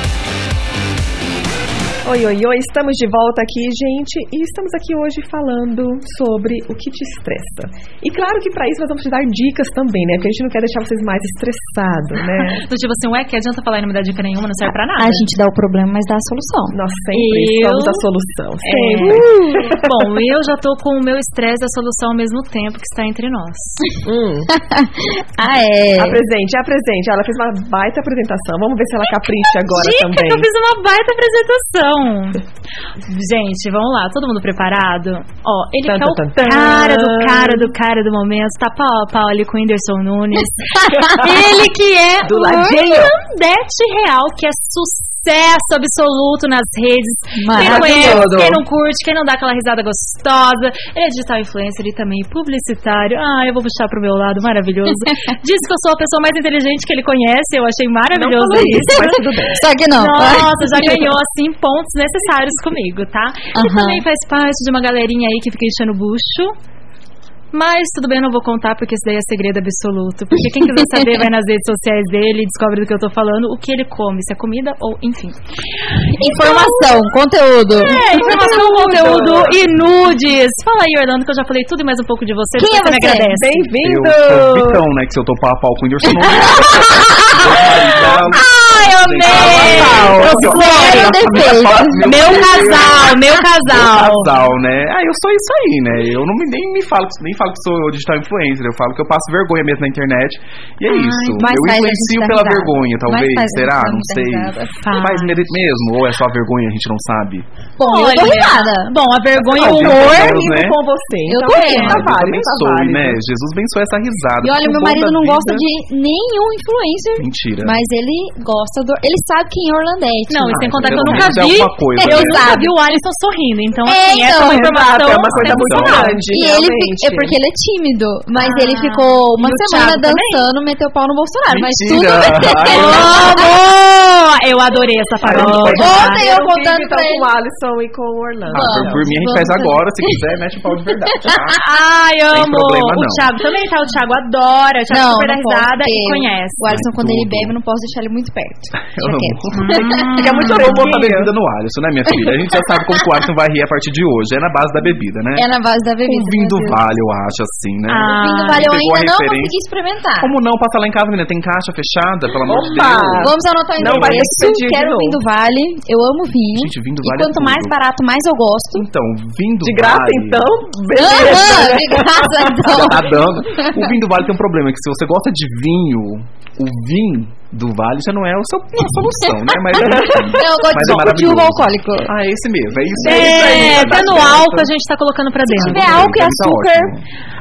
Speaker 3: Oi, oi, oi, estamos de volta aqui, gente, e estamos aqui hoje falando sobre o que te estressa. E claro que pra isso nós vamos te dar dicas também, né? Porque a gente não quer deixar vocês mais estressados, né?
Speaker 4: Do tipo assim, ué, que adianta falar e não me dar dica nenhuma, não serve pra nada.
Speaker 5: A gente dá o problema, mas dá a solução.
Speaker 3: Nós sempre
Speaker 4: Eu-
Speaker 3: somos a solução,
Speaker 4: É.
Speaker 3: sempre.
Speaker 4: (laughs) Bom, eu já tô com o meu estresse e a solução ao mesmo tempo que está entre nós.
Speaker 3: Hum.
Speaker 5: Ah, é.
Speaker 3: Apresente, apresente. Ela fez uma baita apresentação. Vamos ver se ela capricha agora
Speaker 4: Dica
Speaker 3: também.
Speaker 4: que eu fiz uma baita apresentação. Gente, vamos lá, todo mundo preparado? Ó, ele
Speaker 3: Tan,
Speaker 4: é o
Speaker 3: tan, tan, tan.
Speaker 4: cara do cara do cara do momento, tá pau a pau ali com o Whindersson
Speaker 3: (laughs)
Speaker 4: Nunes. ele que é
Speaker 3: Do
Speaker 4: o
Speaker 3: ladinho.
Speaker 4: Hernandete Real, que é sucesso absoluto nas redes. Quem não conhece,
Speaker 3: Maravilhoso.
Speaker 4: quem não curte, quem não dá aquela risada gostosa. Ele é digital influencer e também publicitário. Ah, eu vou puxar pro meu lado, maravilhoso.
Speaker 3: (laughs)
Speaker 4: Diz que eu sou a pessoa mais inteligente que ele conhece, eu achei maravilhoso
Speaker 3: falou
Speaker 4: isso. né?
Speaker 3: isso, mas tudo bem.
Speaker 5: Só que não. tipo,
Speaker 4: Nossa, já ganhou, assim, pontos necessários comigo, tá? E
Speaker 5: Aham.
Speaker 4: também faz parte de uma galerinha aí que fica enchendo o bucho. Mas tudo bem, eu não vou contar porque isso daí é segredo absoluto. Porque quem quiser saber vai nas redes sociais dele e descobre do que eu tô falando, o que ele come, se é comida ou enfim.
Speaker 5: tipo, Informação, conteúdo. tá
Speaker 4: É, informação, conteúdo e nudes. Fala aí, Orlando, que eu já falei tudo e mais um pouco de você.
Speaker 5: Quem é
Speaker 4: depois me
Speaker 5: você?
Speaker 4: agradece.
Speaker 3: Bem-vindo!
Speaker 8: Eu sou o Vitão, né? Que se eu topar a pau com o Whindersson Nunes.
Speaker 4: Ai, eu amei!
Speaker 8: Meu
Speaker 5: Sério, é um defeito.
Speaker 4: Meu casal, (laughs) meu casal.
Speaker 8: Casal, né? Ah, eu sou isso aí, né? Eu não me, nem me falo, nem falo que sou digital influencer, eu falo que eu passo vergonha mesmo na internet. E é
Speaker 5: Ai,
Speaker 8: isso.
Speaker 5: mais
Speaker 8: Eu
Speaker 5: tarde a gente
Speaker 8: influencio
Speaker 5: dá
Speaker 8: pela
Speaker 5: risada.
Speaker 8: vergonha,
Speaker 5: Mais
Speaker 8: talvez.
Speaker 5: tarde a gente dá
Speaker 8: Será? Não
Speaker 5: muita
Speaker 8: sei.
Speaker 5: risada.
Speaker 8: Faz mérito mesmo? Ou é só vergonha, a gente não sabe?
Speaker 5: Bom, eu tô
Speaker 4: Olha,
Speaker 5: risada.
Speaker 4: Bom, a vergonha e o
Speaker 8: Não,
Speaker 4: humor.
Speaker 8: Deus,
Speaker 3: Rindo
Speaker 8: né?
Speaker 3: com você.
Speaker 5: Eu
Speaker 3: Então,
Speaker 5: tô
Speaker 3: assim, tá
Speaker 5: rindo,
Speaker 8: Deus
Speaker 3: válido, tá
Speaker 8: abençoe,
Speaker 3: válido.
Speaker 8: né? Jesus abençoe essa risada.
Speaker 5: E olha,
Speaker 8: porque
Speaker 5: meu
Speaker 8: o bom
Speaker 5: marido
Speaker 8: da
Speaker 5: não
Speaker 8: vida-
Speaker 5: gosta de nenhum influencer.
Speaker 8: Mentira.
Speaker 5: Mas ele gosta do. Ele sabe quem é Orlandete.
Speaker 4: Não, e sem
Speaker 8: Ah,
Speaker 4: contar que eu
Speaker 8: pelo
Speaker 4: nunca
Speaker 8: menos é
Speaker 4: vi.
Speaker 8: alguma coisa,
Speaker 4: eu
Speaker 8: né?
Speaker 4: nunca vi o Alisson sorrindo. Então,
Speaker 5: É,
Speaker 4: assim, essa é uma
Speaker 5: então,
Speaker 4: informação.
Speaker 3: Ah, exato, é uma coisa muito
Speaker 4: sensacional.
Speaker 3: grande,
Speaker 5: E ele
Speaker 3: realmente.
Speaker 5: fica- é porque ele é tímido, mas
Speaker 4: Ah,
Speaker 5: ele ficou uma
Speaker 4: e o
Speaker 5: semana
Speaker 4: Thiago também?
Speaker 5: dançando, meteu o pau no Bolsonaro, mas tudo é
Speaker 8: Mentira. Ai,
Speaker 4: Amo! Eu adorei essa paródia.
Speaker 5: Ontem
Speaker 3: Ontem eu
Speaker 5: eu contando
Speaker 3: contando
Speaker 5: pra ele.
Speaker 3: então com o Alisson e com o Orlando.
Speaker 8: Ah, por, por mim a gente
Speaker 5: Vamos,
Speaker 8: faz
Speaker 5: vamos.
Speaker 8: agora, se quiser, mete o pau de
Speaker 5: (laughs)
Speaker 8: verdade. Tá?
Speaker 4: Ai, amo!
Speaker 8: problema,
Speaker 4: O
Speaker 8: não.
Speaker 4: Thiago
Speaker 3: (laughs)
Speaker 4: também tá. O Thiago adora. O Thiago
Speaker 5: não,
Speaker 4: super dá
Speaker 5: não posso,
Speaker 4: risada e
Speaker 5: porque
Speaker 4: conhece.
Speaker 5: O Alisson,
Speaker 8: Ai,
Speaker 5: quando ele
Speaker 8: tudo.
Speaker 5: bebe, eu não posso deixar ele muito perto.
Speaker 8: (laughs) Eu Né? não
Speaker 5: Jaquete.
Speaker 8: vou.
Speaker 3: Você quer muito
Speaker 8: Eu não vou botar
Speaker 3: Hum. fofinho.
Speaker 8: bebida no Alisson, né, minha filha? A gente já sabe como que o Alisson vai rir a partir de hoje. É na base da bebida, né?
Speaker 5: É na base da
Speaker 8: Com
Speaker 5: bebida.
Speaker 8: vinho do
Speaker 5: meu Deus.
Speaker 8: vale, eu acho, assim, né?
Speaker 4: Ah.
Speaker 5: Vinho do vale eu
Speaker 8: Pegou a
Speaker 5: ainda não
Speaker 8: referência.
Speaker 5: consegui experimentar.
Speaker 8: Como não? Passa lá em casa, menina. Tem caixa fechada, pelo amor de
Speaker 3: Opa!
Speaker 8: Deus.
Speaker 5: Vamos anotar o
Speaker 3: Não vai ter que
Speaker 5: endereço.
Speaker 3: pedir de
Speaker 5: Quero vinho
Speaker 3: novo.
Speaker 5: do vale. Eu amo vinho.
Speaker 8: Gente, vinho do
Speaker 5: e
Speaker 8: vale é
Speaker 5: quanto mais
Speaker 8: tudo.
Speaker 5: barato, mais eu
Speaker 8: (laughs)
Speaker 5: gosto.
Speaker 8: Então, vinho do
Speaker 3: De graça,
Speaker 8: vale...
Speaker 3: então? Beleza.
Speaker 5: Aham, de graça, então.
Speaker 8: (laughs) Já tá dando. O vinho do vale tem um problema, que se você gosta de vinho, o vinho do vale já não é a, seu, a solução, né? Mas é,
Speaker 5: Não, eu gosto de suco de
Speaker 8: Mas é
Speaker 5: uva
Speaker 8: maravilhoso.
Speaker 5: alcoólico.
Speaker 8: Ah, é esse mesmo, é isso
Speaker 4: É,
Speaker 8: tá
Speaker 4: tendo
Speaker 8: certo.
Speaker 4: álcool a gente tá colocando pra dentro.
Speaker 3: É
Speaker 5: tiver álcool e
Speaker 8: Tá
Speaker 5: açúcar.
Speaker 8: ótimo.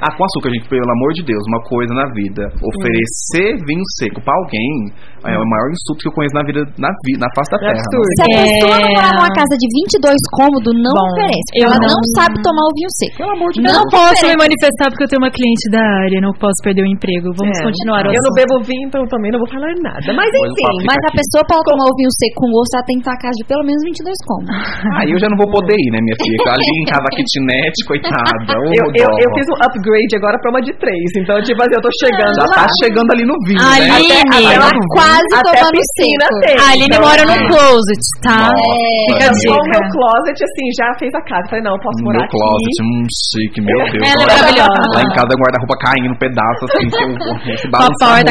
Speaker 8: Ah, com açúcar, gente, pelo amor de Deus, uma coisa na vida. Oferecer vinho seco pra alguém é o maior insulto que eu conheço na vida, na, vi- na face da
Speaker 3: É
Speaker 8: terra.
Speaker 3: absurdo.
Speaker 5: Se a
Speaker 4: É.
Speaker 5: pessoa não morar numa casa de 22 cômodos, não
Speaker 4: Bom,
Speaker 5: oferece. porque
Speaker 4: eu
Speaker 5: Ela não...
Speaker 4: não-
Speaker 5: sabe tomar o vinho seco. Pelo amor de
Speaker 4: Não posso me manifestar porque eu tenho uma cliente da área, não posso perder o emprego. Vamos
Speaker 3: É.
Speaker 4: continuar o
Speaker 3: Eu não
Speaker 4: assunto.
Speaker 3: bebo vinho, então também não vou falar nada. Mas
Speaker 8: Pois o
Speaker 3: enfim.
Speaker 8: papo-
Speaker 5: Mas
Speaker 8: Fica
Speaker 5: a
Speaker 8: aqui.
Speaker 5: pessoa, pra ela tomar o vinho seco com gosto, ela tem que estar na casa de pelo menos 22 cômodos.
Speaker 8: Aí eu já não vou poder ir, né, minha filha? Ali em casa, kitnet, coitada. Ô,
Speaker 3: Eu, eu,
Speaker 8: dó.
Speaker 3: eu fiz um upgrade agora pra uma de três. Então, tipo assim, eu tô chegando
Speaker 8: Já
Speaker 3: lá.
Speaker 8: tá chegando ali no vinho, né?
Speaker 4: Ali,
Speaker 8: Até-
Speaker 4: amiga.
Speaker 8: até
Speaker 5: Ela
Speaker 8: no vinho.
Speaker 5: quase
Speaker 3: Até a
Speaker 5: tomando
Speaker 3: piscina
Speaker 5: seco.
Speaker 3: tem. então.
Speaker 4: A Aline mora no
Speaker 8: É.
Speaker 4: closet,
Speaker 3: É,
Speaker 4: tá?
Speaker 8: Nossa,
Speaker 4: Fica a
Speaker 3: Eu
Speaker 8: gente.
Speaker 3: sou o meu
Speaker 4: dica.
Speaker 3: closet, assim, já fez a casa. Falei, não, eu posso morar
Speaker 8: Meu closet,
Speaker 3: aqui.
Speaker 8: hum, chique, meu Deus.
Speaker 4: Ela é
Speaker 5: tá
Speaker 8: olha.
Speaker 4: maravilhosa.
Speaker 8: Lá em casa, guarda-roupa caindo, pedaço, assim, que eu, esse tá
Speaker 4: a
Speaker 8: é
Speaker 4: porta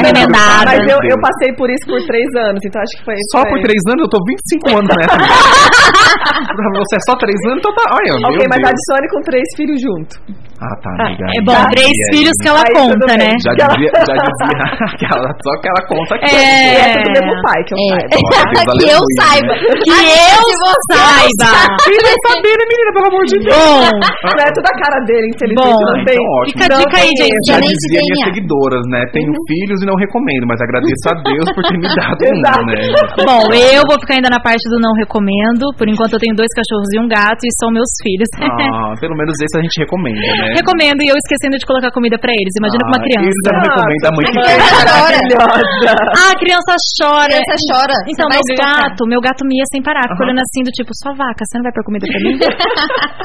Speaker 3: tá
Speaker 4: remendada.
Speaker 3: Mas eu, eu
Speaker 8: Meu Deus.
Speaker 3: passei por isso por três anos, então acho que foi.
Speaker 8: Só
Speaker 3: foi-
Speaker 8: por três anos? Eu tô 25 anos nessa. pra você é só três anos? Então tá. Olha,
Speaker 3: Ok,
Speaker 8: meu
Speaker 3: mas
Speaker 8: Deus.
Speaker 3: adicione com três filhos junto.
Speaker 8: Ah, tá,
Speaker 3: Ah,
Speaker 8: amiga.
Speaker 4: É
Speaker 8: aí,
Speaker 4: bom,
Speaker 8: aí,
Speaker 4: três
Speaker 8: aí.
Speaker 4: filhos que ela
Speaker 3: Aí, tudo
Speaker 4: conta,
Speaker 3: bem.
Speaker 4: né?
Speaker 8: Já dizia, já dizia aquela, só aquela conta
Speaker 3: E
Speaker 8: aqui.
Speaker 4: É.
Speaker 3: essa do mesmo pai, que eu
Speaker 5: (laughs) É.
Speaker 3: saiba.
Speaker 5: que eu saiba.
Speaker 4: Que eu saiba!
Speaker 8: Filha saber, menina, pelo amor de Deus.
Speaker 4: Bom,
Speaker 3: Não é toda a cara dele,
Speaker 4: Bom.
Speaker 3: infelizmente, não tem.
Speaker 8: Então, ótimo.
Speaker 4: fica a dica aí, gente.
Speaker 5: Já
Speaker 8: Já
Speaker 5: nem se
Speaker 8: dizia minhas
Speaker 5: DNA.
Speaker 8: seguidoras, né? Tenho filhos e não recomendo, mas agradeço a Deus por ter me dado um,
Speaker 3: Exato.
Speaker 8: né?
Speaker 4: Bom, eu vou ficar ainda na parte do não recomendo. Por enquanto eu tenho dois cachorros e um gato e são meus filhos. (laughs)
Speaker 3: é.
Speaker 8: Ah, pelo menos esse a gente recomenda, né?
Speaker 4: Recomendo e eu esquecendo de colocar comida pra eles. Imagina pra uma
Speaker 8: Ah,
Speaker 4: criança.
Speaker 8: Esse já não recomenda a mãe que
Speaker 5: Nossa.
Speaker 8: quer.
Speaker 3: Maravilhosa.
Speaker 4: Ah, a criança chora.
Speaker 5: Criança chora.
Speaker 4: Então,
Speaker 5: Você vai
Speaker 4: meu
Speaker 5: escutar.
Speaker 4: gato, meu gato mia sem parar, ficou
Speaker 8: Aham.
Speaker 4: olhando assim do tipo, sua vaca, você não vai pôr comida pra
Speaker 3: (laughs)
Speaker 4: mim?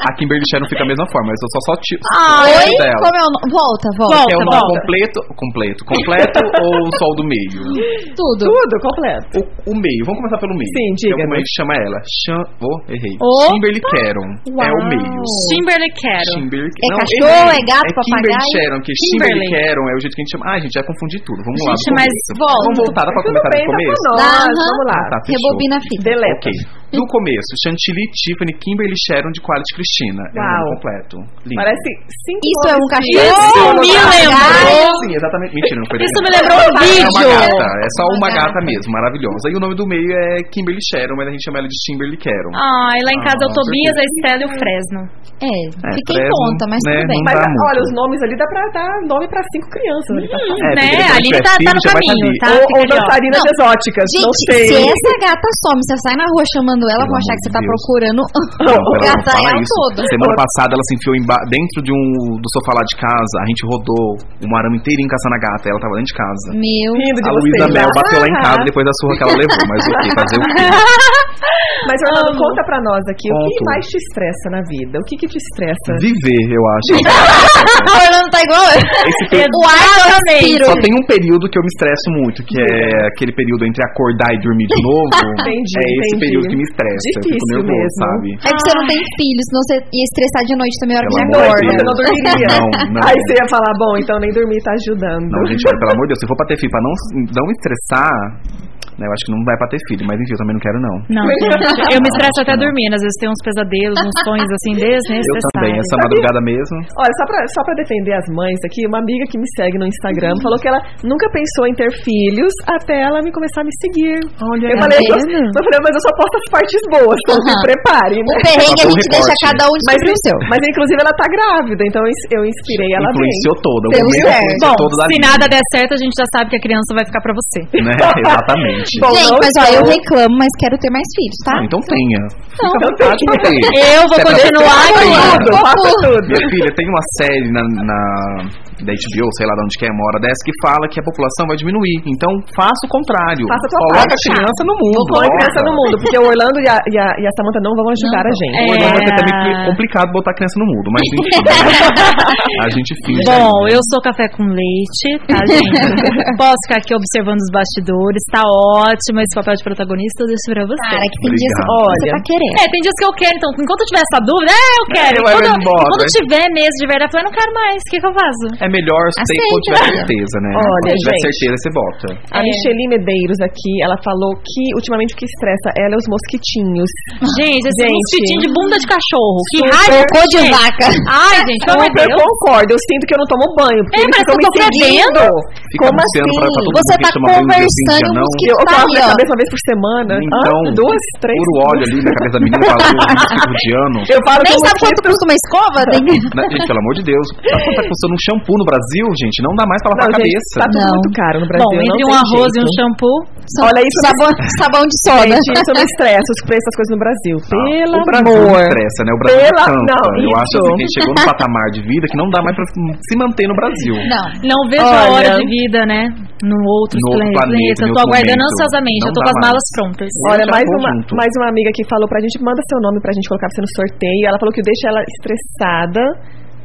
Speaker 8: A Kimberly Sharon fica da mesma forma, eu sou só, só tio.
Speaker 4: Ah,
Speaker 5: Oi?
Speaker 8: Oi, dela.
Speaker 5: Como é o nome? Volta, volta.
Speaker 8: é o
Speaker 4: volta,
Speaker 8: nome
Speaker 4: volta.
Speaker 8: completo, completo, completo ou só o do meio?
Speaker 5: Tudo.
Speaker 3: Tudo completo.
Speaker 8: O, o meio, vamos começar pelo meio.
Speaker 3: Sim,
Speaker 8: Tem
Speaker 3: diga-me.
Speaker 8: alguma aí que chama ela? Cham... Oh, errei.
Speaker 4: Opa!
Speaker 8: Kimberly Sharon. É o meio.
Speaker 4: Kimberly Quero.
Speaker 8: Kimberly...
Speaker 5: É
Speaker 8: Não,
Speaker 5: cachorro, é
Speaker 8: errei.
Speaker 5: gato,
Speaker 8: Kimberly
Speaker 5: papagaio?
Speaker 8: Sharon, que Kimberly Sharon é o jeito que a gente chama. Ah, a gente vai confundir tudo. Vamos lá. do
Speaker 4: Gente, mas
Speaker 8: começo.
Speaker 4: volta.
Speaker 8: Vamos voltar, dá pra
Speaker 3: Tudo
Speaker 8: começar
Speaker 3: bem,
Speaker 8: do começo?
Speaker 3: tá com
Speaker 5: Tá,
Speaker 3: nós.
Speaker 5: aham.
Speaker 3: Vamos lá.
Speaker 8: Tá, fechou.
Speaker 5: Rebobina a fita.
Speaker 3: Deleta.
Speaker 8: Ok. Do começo, Chantilly, Tiffany, Kimberly Sharon de Quality Cristina. É o nome
Speaker 3: Uau.
Speaker 8: completo. Lindo.
Speaker 3: Parece cinco
Speaker 5: Isso é um
Speaker 3: nomes
Speaker 5: cachorro?
Speaker 4: Isso
Speaker 3: seguidos.
Speaker 4: me
Speaker 8: É,
Speaker 4: lembrou.
Speaker 8: Sim, exatamente. Mentira, não foi
Speaker 4: Isso
Speaker 8: dele.
Speaker 4: me lembrou um
Speaker 8: É uma
Speaker 4: vídeo.
Speaker 8: gata, é só uma gata mesmo, maravilhosa. E o nome do meio é Kimberly Sharon, mas a gente chama ela de Kimberly Caron.
Speaker 4: Ai, lá em casa é o
Speaker 8: Ah,
Speaker 4: Tobias, a Estela e o Fresno.
Speaker 5: É, fica em
Speaker 8: Fresno,
Speaker 5: conta, mas
Speaker 8: né?
Speaker 5: tudo bem.
Speaker 8: Não
Speaker 3: Mas
Speaker 8: dá muito.
Speaker 3: olha, os nomes ali dá pra dar nome pra cinco crianças ali pra
Speaker 5: Hum.
Speaker 3: falar.
Speaker 8: porque
Speaker 4: né? A
Speaker 8: depois que
Speaker 4: Aline
Speaker 8: tiver
Speaker 4: tá, tá
Speaker 8: filho,
Speaker 4: no
Speaker 8: já vai
Speaker 4: caminho,
Speaker 8: saber.
Speaker 4: tá?
Speaker 3: Ou, ou
Speaker 4: Fica ali, ó.
Speaker 3: dançarinas
Speaker 5: Não.
Speaker 3: exóticas,
Speaker 5: Gente,
Speaker 3: não sei.
Speaker 5: se é essa gata some, você sai na rua chamando ela, vão
Speaker 8: Pelo
Speaker 5: achar
Speaker 8: amor
Speaker 5: que você
Speaker 8: de
Speaker 5: tá
Speaker 8: Deus.
Speaker 5: procurando (laughs)
Speaker 8: Não,
Speaker 5: o
Speaker 8: pera, não fala
Speaker 5: gato
Speaker 8: isso.
Speaker 5: todo.
Speaker 8: Semana passada ela se enfiou emba- dentro de um, do sofá lá de casa. A gente rodou o arame inteirinho caçando a gata. Ela tava dentro de casa.
Speaker 5: Meu.
Speaker 3: Rindo de
Speaker 8: A
Speaker 3: vocês.
Speaker 8: Luísa Mel
Speaker 3: Ah,
Speaker 8: bateu lá em casa depois da surra que ela levou. Mas o que?
Speaker 3: (laughs)
Speaker 8: Fazer o quê?
Speaker 3: Mas, Fernando, conta pra nós aqui, o que
Speaker 8: Conto.
Speaker 3: mais te estressa na vida? O que que te estressa?
Speaker 8: Viver, eu acho.
Speaker 5: O (laughs) Orlando tá igual eu. O ar eu respiro.
Speaker 8: Só tem um período que eu me estresso muito, que é aquele período entre acordar e dormir de novo.
Speaker 3: (laughs) Entendi,
Speaker 8: é esse
Speaker 3: entendi.
Speaker 8: período que me estressa. eu fico
Speaker 3: Difícil
Speaker 8: nervoso,
Speaker 3: mesmo.
Speaker 8: sabe?
Speaker 5: É que você não tem filho, senão você ia estressar de noite também a hora que
Speaker 8: Pelo
Speaker 5: você
Speaker 8: amor de
Speaker 3: Você não
Speaker 5: acorda.
Speaker 8: Deus.
Speaker 3: dormiria.
Speaker 8: Não, não.
Speaker 3: Aí você ia falar, bom, então nem dormir tá ajudando.
Speaker 8: Não, gente, olha, pelo amor de Deus, se for pra ter filho, pra não, não estressar, né, eu acho que não vai pra ter filho, mas enfim, eu também não quero, não.
Speaker 4: Não, (laughs) eu me estresso até dormindo. Às vezes tenho uns pesadelos, uns sonhos assim,
Speaker 8: Eu também,
Speaker 3: né?
Speaker 4: desnecessários.
Speaker 8: essa madrugada mesmo.
Speaker 3: Olha, só pra, só pra defender as mães aqui, uma amiga que me segue no Instagram falou que ela nunca pensou em ter filhos até ela me começar a me seguir. Olha, eu,
Speaker 5: tá
Speaker 3: falei, eu,
Speaker 5: vendo?
Speaker 3: eu falei, mas eu só posto as partes boas, então se
Speaker 5: Aham.
Speaker 3: prepare,
Speaker 5: O
Speaker 3: né?
Speaker 5: perrengue a
Speaker 8: Só tem um
Speaker 5: gente deixa
Speaker 8: recorte.
Speaker 5: cada
Speaker 3: (laughs) Mas,
Speaker 5: um
Speaker 4: então
Speaker 5: descobrir o seu.
Speaker 3: mas inclusive ela tá grávida, então eu ins- eu inspirei ela um bem.
Speaker 8: Influenciou toda. O
Speaker 5: Deu
Speaker 3: é.
Speaker 8: momento
Speaker 5: certo.
Speaker 8: influenciou
Speaker 4: Bom,
Speaker 8: todo da
Speaker 4: se
Speaker 8: vida,
Speaker 4: nada der certo, a gente já (laughs) sabe que a criança vai ficar pra você.
Speaker 3: (laughs)
Speaker 8: Né? Exatamente.
Speaker 3: Bom,
Speaker 5: Gente,
Speaker 3: não
Speaker 5: mas ó,
Speaker 3: estou-
Speaker 5: eu reclamo, mas quero ter mais filhos, tá?
Speaker 8: Ah, então tenha. Fica à vontade pra ter.
Speaker 4: Eu vou
Speaker 8: Você é
Speaker 4: continuar
Speaker 8: pra-
Speaker 4: aqui.
Speaker 3: faça tudo.
Speaker 8: Minha filha, tem uma série na, na- da HBO, sei lá de onde que é, uma hora dessa, que fala que a população vai diminuir. Então, faça o contrário.
Speaker 3: Faça a tua
Speaker 8: Coloca
Speaker 3: parte.
Speaker 8: a criança no mundo.
Speaker 3: Põe
Speaker 8: bota.
Speaker 3: criança no mundo, porque o Orlando e a, e a, e a Samantha não vão ajudar a gente.
Speaker 8: Pô, não vai ser
Speaker 4: É.
Speaker 8: também que- complicado botar a criança no mundo, mas
Speaker 3: (laughs)
Speaker 8: enfim. né? a gente finge.
Speaker 4: Bom, eu sou café com leite, tá, (laughs) gente? Posso ficar aqui observando os bastidores, tá ótimo esse papel de protagonista, eu deixo pra você.
Speaker 5: Cara, que tem dias que
Speaker 8: Obrigado.
Speaker 5: você tá querendo.
Speaker 4: É, tem dias que eu quero, então, enquanto eu tiver essa dúvida, é, eu quero.
Speaker 8: É, vai
Speaker 4: quando,
Speaker 8: embora.
Speaker 4: quando tiver mesmo de verdade, eu falo, eu não quero mais, o que, que eu (laughs) faço?
Speaker 8: É melhor ter
Speaker 5: Aceita.
Speaker 8: quando tiver certeza, né?
Speaker 3: Olha,
Speaker 8: quando tiver
Speaker 3: gente.
Speaker 8: certeza, você bota.
Speaker 3: A
Speaker 4: É.
Speaker 3: Micheli Medeiros aqui, ela falou que ultimamente o que estressa ela é os mosquitinhos.
Speaker 4: Gente, esse
Speaker 3: Gente.
Speaker 4: mosquitinho de bunda de cachorro, que
Speaker 3: Super
Speaker 4: raiva.
Speaker 5: Cocô de
Speaker 4: gente. Ah,
Speaker 5: vaca.
Speaker 4: Ai, gente, pelo amor de
Speaker 3: Então, eu
Speaker 4: Deus.
Speaker 3: concordo, eu sinto que eu não tomo banho, porque
Speaker 4: É,
Speaker 3: eles
Speaker 4: parece
Speaker 3: ficam
Speaker 4: que
Speaker 3: me
Speaker 4: eu tô
Speaker 3: seguindo.
Speaker 8: Fica
Speaker 3: Como
Speaker 8: anunciando pra- pra
Speaker 3: assim?
Speaker 8: todo mundo
Speaker 5: Você
Speaker 8: que
Speaker 5: tá
Speaker 8: chama banho de
Speaker 5: conversando
Speaker 8: Índia,
Speaker 5: em
Speaker 8: não.
Speaker 5: mosquito.
Speaker 3: Eu, eu
Speaker 5: Tá
Speaker 3: coloco
Speaker 5: aí,
Speaker 3: minha
Speaker 5: ó.
Speaker 3: cabeça uma vez por semana.
Speaker 8: Então,
Speaker 3: Ah, duas, três.
Speaker 8: puro óleo ali na cabeça da menina falando mosquito de ano.
Speaker 3: (laughs) Eu falo
Speaker 5: Nem
Speaker 3: que é o
Speaker 5: sabe
Speaker 3: mosquito-
Speaker 5: quanto custa uma
Speaker 3: (laughs)
Speaker 5: escova? Tem que...
Speaker 8: Né, Gente, pelo amor de Deus. Sabe quanto tá custando um shampoo no Brasil, gente? Não dá mais pra lavar
Speaker 3: Não,
Speaker 8: a
Speaker 3: gente,
Speaker 8: cabeça.
Speaker 3: tá tudo
Speaker 5: Não.
Speaker 3: muito caro no Brasil.
Speaker 4: Bom, entre
Speaker 3: não
Speaker 4: um
Speaker 3: tem
Speaker 4: arroz e
Speaker 3: jeito.
Speaker 4: um né? shampoo,
Speaker 3: Olha isso,
Speaker 5: sabão, sabão de soda.
Speaker 3: Gente, isso me estressa, os preços das coisas no Brasil. Pelo
Speaker 8: Ah, o Brasil
Speaker 3: amor.
Speaker 8: não estressa, né? O Brasil
Speaker 3: Pela-
Speaker 8: é tanto.
Speaker 3: não,
Speaker 8: Eu acho
Speaker 3: isso.
Speaker 8: assim, que a gente chegou num patamar de vida que não dá mais pra se manter no Brasil.
Speaker 5: Não.
Speaker 4: não vejo a
Speaker 3: Olha.
Speaker 4: hora de vida, né? No outro
Speaker 8: No
Speaker 4: planeta.
Speaker 8: outro planeta,
Speaker 4: eu tô
Speaker 8: em outro
Speaker 4: aguardando
Speaker 8: momento.
Speaker 4: ansiosamente,
Speaker 8: Não
Speaker 4: eu tô
Speaker 8: dá
Speaker 4: com as
Speaker 8: mais.
Speaker 4: malas prontas.
Speaker 3: Olha,
Speaker 8: Gente,
Speaker 3: mais
Speaker 8: é
Speaker 3: uma,
Speaker 8: conjunto.
Speaker 3: mais uma amiga que falou pra gente, manda seu nome pra gente colocar pra você no sorteio. Ela falou que deixa ela estressada.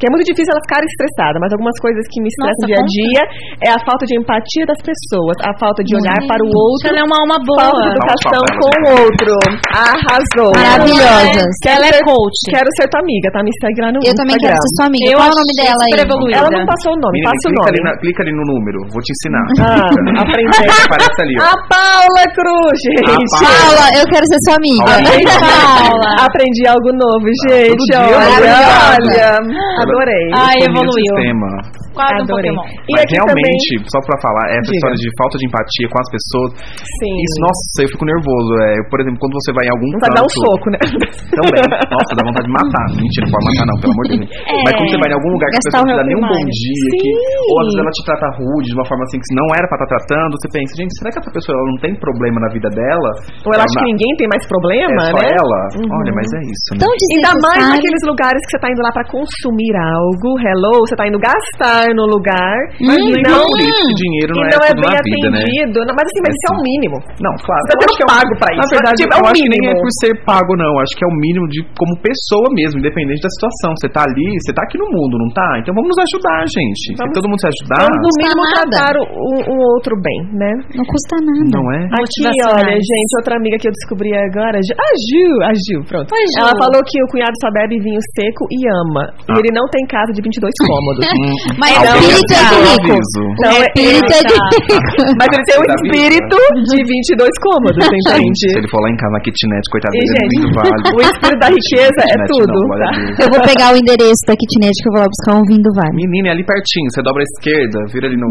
Speaker 3: Que é muito difícil ela ficar estressada, mas algumas coisas que me estressam
Speaker 4: Nossa,
Speaker 3: dia a
Speaker 4: conta.
Speaker 3: dia é a falta de empatia das pessoas, a falta de
Speaker 5: Hum,
Speaker 3: olhar para o outro,
Speaker 4: Ela é uma alma
Speaker 8: um
Speaker 4: boa.
Speaker 3: falta de educação
Speaker 8: Palmas pra
Speaker 3: com
Speaker 8: ela,
Speaker 3: o outro. Arrasou.
Speaker 5: Maravilhosas.
Speaker 4: Ela é coach.
Speaker 3: Quero ser tua amiga, tá? Me segue lá no
Speaker 5: Eu também quero
Speaker 3: Instagram.
Speaker 5: ser sua amiga.
Speaker 4: Eu
Speaker 5: Qual é o
Speaker 4: achei
Speaker 5: nome dela aí?
Speaker 4: super evoluída.
Speaker 3: Ela não passou o nome,
Speaker 8: Menina,
Speaker 3: passa o
Speaker 8: clica,
Speaker 3: nome.
Speaker 8: ali na- clica ali no número, vou te ensinar. (laughs)
Speaker 3: Ah, aprendeu. Ah,
Speaker 8: Aparece ali, ó.
Speaker 3: A Paula Cruz, gente.
Speaker 8: Paula.
Speaker 5: Paula, eu quero ser sua amiga.
Speaker 8: Paula.
Speaker 4: Paula.
Speaker 3: Aprendi algo novo, gente.
Speaker 8: Ah, todo dia,
Speaker 3: olha, olha.
Speaker 8: maravilhosa.
Speaker 3: Adorei.
Speaker 4: Ai,
Speaker 8: Eu sou minha
Speaker 4: evoluiu.
Speaker 8: sistema.
Speaker 4: Quase um
Speaker 3: Adorei.
Speaker 4: Pokémon.
Speaker 3: E
Speaker 8: Mas
Speaker 3: aqui
Speaker 8: realmente, só pra falar, essa
Speaker 3: Diga.
Speaker 8: história de falta de empatia com as pessoas,
Speaker 3: também, sim.
Speaker 8: isso, nossa, eu fico nervoso. É, eu, por exemplo, quando você vai em algum
Speaker 3: Vai
Speaker 8: canto...
Speaker 3: dar um soco, né? (laughs)
Speaker 8: Também. Então, Nossa, dá vontade de matar. Mentira, não pode matar não, pelo amor de Deus.
Speaker 3: É.
Speaker 8: Mas quando você vai em algum lugar que a
Speaker 5: Gastar
Speaker 8: pessoa não
Speaker 5: o
Speaker 8: te dá
Speaker 5: meu
Speaker 8: nem um bom
Speaker 5: primário.
Speaker 8: dia,
Speaker 3: Sim.
Speaker 8: que, ou às vezes ela te trata rude, de uma forma assim que não era pra estar tratando, você pensa, gente, será que essa pessoa ela não tem problema na vida dela?
Speaker 3: Ou ela acha que ninguém tem mais
Speaker 8: é
Speaker 3: problema,
Speaker 8: só
Speaker 3: né? Então,
Speaker 8: ela? Olha, mas é isso, né?
Speaker 3: Ainda
Speaker 5: Tão
Speaker 3: mais
Speaker 5: desnecessário.
Speaker 3: naqueles lugares que você tá indo lá pra consumir algo, hello, você tá indo gastar no lugar e não,
Speaker 8: por isso que dinheiro não
Speaker 3: e
Speaker 8: é
Speaker 3: não é
Speaker 8: tudo
Speaker 3: bem
Speaker 8: na vida, né?
Speaker 3: atendido. Não, Mas assim, mas isso é o mínimo.
Speaker 8: Não, claro.
Speaker 3: Você tá
Speaker 8: eu acho
Speaker 3: sendo
Speaker 8: que é um-
Speaker 3: pago pra isso.
Speaker 8: Na verdade,
Speaker 3: Tipo, é
Speaker 8: eu
Speaker 3: o
Speaker 8: acho que nem é
Speaker 3: mínimo.
Speaker 8: por ser pago, não. Eu Acho que é o mínimo de como pessoa mesmo, independente da situação. Você tá ali, você tá aqui no mundo, não tá? Então vamos nos ajudar, gente.
Speaker 3: Vamos-
Speaker 8: se todo mundo se ajudar,
Speaker 3: Vamos no mínimo
Speaker 5: nada.
Speaker 3: tratar o- um- um outro bem, né?
Speaker 5: Não custa nada.
Speaker 8: não é?
Speaker 3: Aqui,
Speaker 4: Motivacionais.
Speaker 3: olha, gente, outra amiga que eu descobri agora, a Ju- a Ju, a Ju, pronto.
Speaker 4: Oi, Ju.
Speaker 3: Ela falou que o cunhado só bebe vinho seco e ama. E
Speaker 8: Ah.
Speaker 3: ele não tem casa de 22
Speaker 8: (laughs)
Speaker 3: cômodos.
Speaker 5: Mas
Speaker 8: Hum, Alguém
Speaker 5: espírito é de
Speaker 8: dá um
Speaker 5: rico.
Speaker 8: aviso.
Speaker 3: Então, é-
Speaker 5: Espírito é de rico.
Speaker 3: mas ele tem um
Speaker 8: Tá vivo,
Speaker 3: espírito de 22 cômodos,
Speaker 8: (laughs)
Speaker 3: entende?
Speaker 8: Se ele for lá em casa na kitnet, coitado
Speaker 3: E,
Speaker 8: dele, é
Speaker 3: gente,
Speaker 8: muito
Speaker 5: (laughs)
Speaker 8: vale.
Speaker 3: o espírito da riqueza é
Speaker 8: Kitnet não,
Speaker 3: tudo,
Speaker 8: glória
Speaker 3: tá?
Speaker 8: a
Speaker 5: (laughs)
Speaker 8: Deus.
Speaker 5: Eu vou pegar o endereço da kitnet que eu vou lá buscar um vinho do Vale.
Speaker 8: Menina, é ali pertinho. Você dobra a esquerda, vira ali no.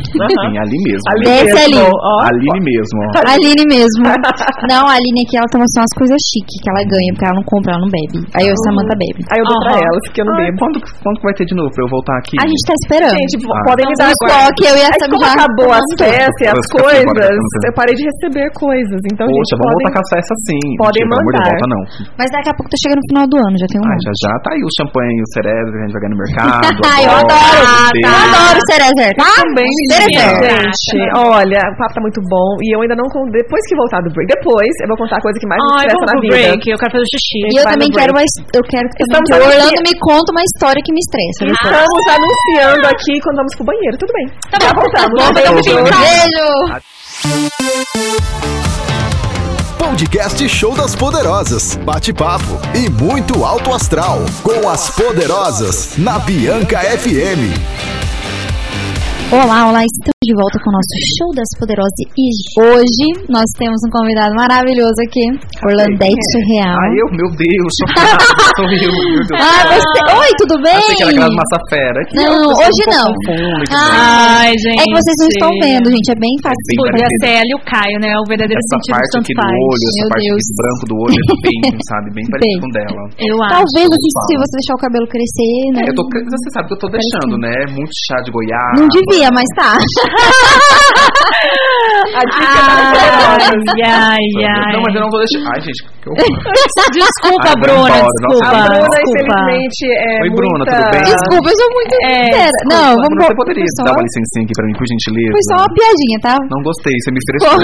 Speaker 8: Enfim, ali mesmo.
Speaker 3: Ali
Speaker 5: Desce
Speaker 4: é
Speaker 3: mesmo,
Speaker 5: ali. Tá.
Speaker 3: ó.
Speaker 8: Aline mesmo, ó.
Speaker 5: Aline
Speaker 3: (laughs)
Speaker 5: mesmo. Não, a Aline aqui, ela toma só umas coisas chiques que ela ganha, porque ela não compra, ela não bebe. Aí eu e Samanta bebe.
Speaker 3: Aí eu dou pra
Speaker 4: Aham.
Speaker 3: elas, porque eu não
Speaker 8: Ai,
Speaker 3: bebo.
Speaker 8: quando, quando que vai ter de novo pra eu voltar aqui?
Speaker 5: A gente tá esperando.
Speaker 3: Gente, v-
Speaker 8: Ah.
Speaker 3: podem me dar
Speaker 4: Um
Speaker 5: Então,
Speaker 3: agora.
Speaker 5: só que eu e a
Speaker 3: Aí,
Speaker 5: Sam
Speaker 3: como tá
Speaker 5: já
Speaker 3: acabou as
Speaker 5: tomamos
Speaker 3: peças e as
Speaker 8: Eu fiquei fora da
Speaker 3: coisas,
Speaker 8: conta.
Speaker 3: eu parei de receber coisas. Então,
Speaker 8: Poxa,
Speaker 3: gente,
Speaker 8: vamos
Speaker 3: podem...
Speaker 8: voltar com essa essa sim.
Speaker 3: podem
Speaker 8: Mentira, pelo amor de
Speaker 3: mandar.
Speaker 8: volta, não.
Speaker 5: Mas daqui a pouco tá chegando o final do ano, já tem um
Speaker 8: Ah,
Speaker 5: (laughs) ano.
Speaker 8: já já tá aí o champanhe, o cerebro que a gente vai ganhar no mercado.
Speaker 5: (laughs) Ai, eu
Speaker 8: a bola,
Speaker 5: adoro. Ah, tá.
Speaker 8: o
Speaker 5: Eu
Speaker 8: tênis.
Speaker 5: adoro tá? ser deserto.
Speaker 3: Também,
Speaker 5: Ser deserto.
Speaker 3: gente. Olha, o papo tá muito bom. E eu ainda não. con- Depois que voltar do break. Depois eu vou contar a coisa que mais me
Speaker 4: Ai,
Speaker 3: estressa
Speaker 4: vamos
Speaker 3: na
Speaker 8: é
Speaker 4: pro
Speaker 3: vida.
Speaker 4: break, eu quero fazer xixi.
Speaker 5: E eu
Speaker 3: Vai no
Speaker 5: também quero
Speaker 3: break.
Speaker 5: uma. his- Eu quero que também
Speaker 3: Estamos
Speaker 5: que o
Speaker 3: aqui. Ah,
Speaker 5: Orlando me conta uma história que me estressa. depois.
Speaker 3: Estamos anunciando aqui quando vamos pro banheiro. Tudo bem.
Speaker 4: Tá
Speaker 3: Já voltamos.
Speaker 4: Vamos fazer um
Speaker 3: Beijo.
Speaker 4: xixi.
Speaker 5: Beijo!
Speaker 1: Podcast Show das Poderosas, bate-papo e muito alto astral com as poderosas na Bianca FM.
Speaker 5: Olá, olá, estamos de volta com o nosso Show das Poderosas e hoje nós temos um convidado maravilhoso aqui, Orlandete Real.
Speaker 8: Ah, eu, meu Deus, sou sou eu, meu Deus.
Speaker 5: (laughs) Ah, você... Oi, tudo bem?
Speaker 8: Achei que era aquela massa fera. Que
Speaker 5: Não,
Speaker 8: eu- eu sou
Speaker 5: hoje
Speaker 8: um pouco
Speaker 5: não.
Speaker 8: confuso, que
Speaker 5: Ah,
Speaker 4: Ai, gente.
Speaker 5: é que vocês não estão vendo, gente, é bem fácil.
Speaker 8: Bem
Speaker 4: Podia
Speaker 8: parecido.
Speaker 4: ser ela e o Caio, né? O verdadeiro
Speaker 8: essa
Speaker 4: sentido
Speaker 8: parte
Speaker 4: do tanto
Speaker 8: aqui do
Speaker 4: faz.
Speaker 8: olho, essa
Speaker 5: Meu
Speaker 8: parte
Speaker 5: Deus.
Speaker 8: aqui branco do olho, é bem, sabe? Bem parecido
Speaker 5: Bem.
Speaker 8: com dela.
Speaker 4: Eu acho.
Speaker 5: Talvez
Speaker 8: Acho,
Speaker 5: assim, se
Speaker 8: fala.
Speaker 5: você deixar o cabelo crescer, né?
Speaker 8: É, Eu tô, Ah, você sabe que eu tô deixando, né? Muito chá de goiaba.
Speaker 5: Não devia, mas tá.
Speaker 3: A dica
Speaker 4: Ai, ai, ai.
Speaker 8: Não, mas eu não vou deixar. Ai, gente, que horror.
Speaker 4: Desculpa,
Speaker 8: Ai,
Speaker 4: Bruna,
Speaker 8: vai Ah, embora,
Speaker 4: desculpa.
Speaker 8: nossa.
Speaker 3: A Bruna,
Speaker 4: desculpa.
Speaker 3: infelizmente, é
Speaker 8: Oi, Bruna,
Speaker 3: muita...
Speaker 8: tudo bem? Tá
Speaker 5: Desculpa, eu sou muito
Speaker 4: É,
Speaker 5: sincera. Não, vamos
Speaker 8: Bruna,
Speaker 5: pro-
Speaker 8: você poderia
Speaker 5: foi só-
Speaker 8: dar uma licencinha aqui pra mim, por gentileza?
Speaker 5: Foi só uma piadinha, tá?
Speaker 8: Não gostei, você me estressou.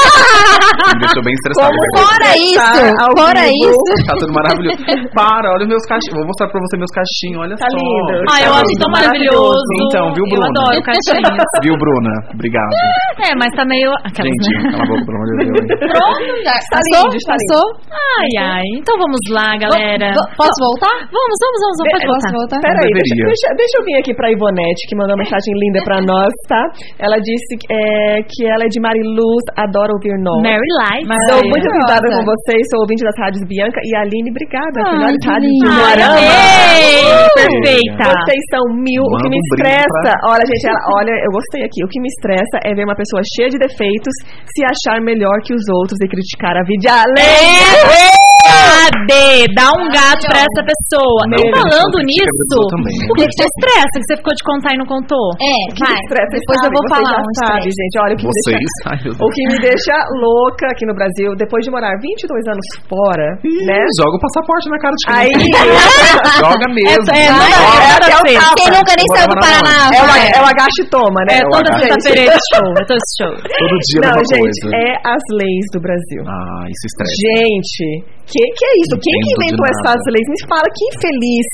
Speaker 8: (laughs) me deixou bem estressado.
Speaker 3: Como
Speaker 8: velho.
Speaker 5: Fora isso,
Speaker 3: ao
Speaker 5: fora
Speaker 3: vivo.
Speaker 5: isso.
Speaker 8: Tá tudo maravilhoso. Para, olha os meus cachinhos. Vou mostrar pra você meus cachinhos, olha
Speaker 3: Tá
Speaker 8: só.
Speaker 3: lindo.
Speaker 8: Obrigado.
Speaker 4: Ai, eu acho tão maravilhoso.
Speaker 8: Então, viu, Bruna?
Speaker 4: Eu adoro caixinhas.
Speaker 8: Viu, Bruna? Obrigado.
Speaker 4: É, mas tá meio... Aquelas,
Speaker 8: Gente, então.
Speaker 4: né?
Speaker 8: cala a boca, pelo amor de Deus. hein?
Speaker 5: Pronto, já.
Speaker 3: Tá
Speaker 5: Passou?
Speaker 3: lindo, tá lindo.
Speaker 5: Passou?
Speaker 4: Ai, ai. Então vamos lá, galera.
Speaker 5: Vo- Posso voltar?
Speaker 4: Vamos, vamos, vamos. Pode
Speaker 5: Posso
Speaker 4: voltar.
Speaker 5: voltar?
Speaker 3: Peraí, deixa,
Speaker 8: deveria.
Speaker 3: deixa, deixa eu vir aqui pra Ivonete, que mandou uma mensagem linda pra nós, tá? Ela disse é, que ela é de Mariluz, adora ouvir nós.
Speaker 4: Mary Light.
Speaker 3: Sou
Speaker 5: Maravilhosa.
Speaker 3: muito cuidada com vocês, sou ouvinte das rádios Bianca e Aline, obrigada.
Speaker 5: Ai,
Speaker 3: melhores
Speaker 5: que
Speaker 3: rádios do
Speaker 5: lindo.
Speaker 3: Moarama.
Speaker 4: Ei,
Speaker 3: Uh!
Speaker 4: perfeita.
Speaker 3: Vocês são mil, o
Speaker 8: Manda
Speaker 3: que me
Speaker 8: um brinde
Speaker 3: estressa. Olha, gente, ela- olha, eu gostei aqui. O que me estressa é ver uma pessoa cheia de defeitos se achar melhor que os outros e criticar a vida de além.
Speaker 4: É, Cadê? Dá um gato pra essa pessoa.
Speaker 8: Não,
Speaker 4: Eu
Speaker 8: eu
Speaker 4: falando
Speaker 8: sou critica da
Speaker 4: nisso,
Speaker 8: pessoa também, né?
Speaker 4: o que, que te estressa que você ficou de contar e não contou?
Speaker 5: É,
Speaker 3: Que me
Speaker 5: vai.
Speaker 3: estressa,
Speaker 5: Depois eu
Speaker 3: sabe?
Speaker 5: vou
Speaker 3: Vocês
Speaker 5: falar
Speaker 3: já
Speaker 5: um
Speaker 3: sabe,
Speaker 5: estresse.
Speaker 3: gente. Olha, o que me
Speaker 8: Vocês?
Speaker 3: deixa-
Speaker 8: Ai, meu Deus.
Speaker 3: O que me deixa louca aqui no Brasil, depois de morar 22 anos fora, né?
Speaker 8: Joga o passaporte na cara de quem
Speaker 3: Aí.
Speaker 8: Joga mesmo.
Speaker 4: É, é,
Speaker 8: Joga.
Speaker 4: não, é até o
Speaker 3: sexta.
Speaker 4: tapa.
Speaker 5: Ah, Quem nunca nem
Speaker 8: Bora,
Speaker 5: saiu do
Speaker 8: bora, bora.
Speaker 5: Paraná?
Speaker 3: É o,
Speaker 5: vai.
Speaker 3: é o agache toma, né?
Speaker 4: É
Speaker 3: É o
Speaker 4: toda
Speaker 3: agache.
Speaker 4: sexta-feira esse show. É todo esse show.
Speaker 8: Todo dia
Speaker 3: Não,
Speaker 8: é uma
Speaker 3: gente,
Speaker 8: coisa.
Speaker 3: é as leis do Brasil.
Speaker 8: Ah, isso estressa.
Speaker 3: Gente, que que é isso? Quem que
Speaker 8: Entendo de
Speaker 3: inventou
Speaker 8: nada.
Speaker 3: essas leles? Me fala, que infeliz,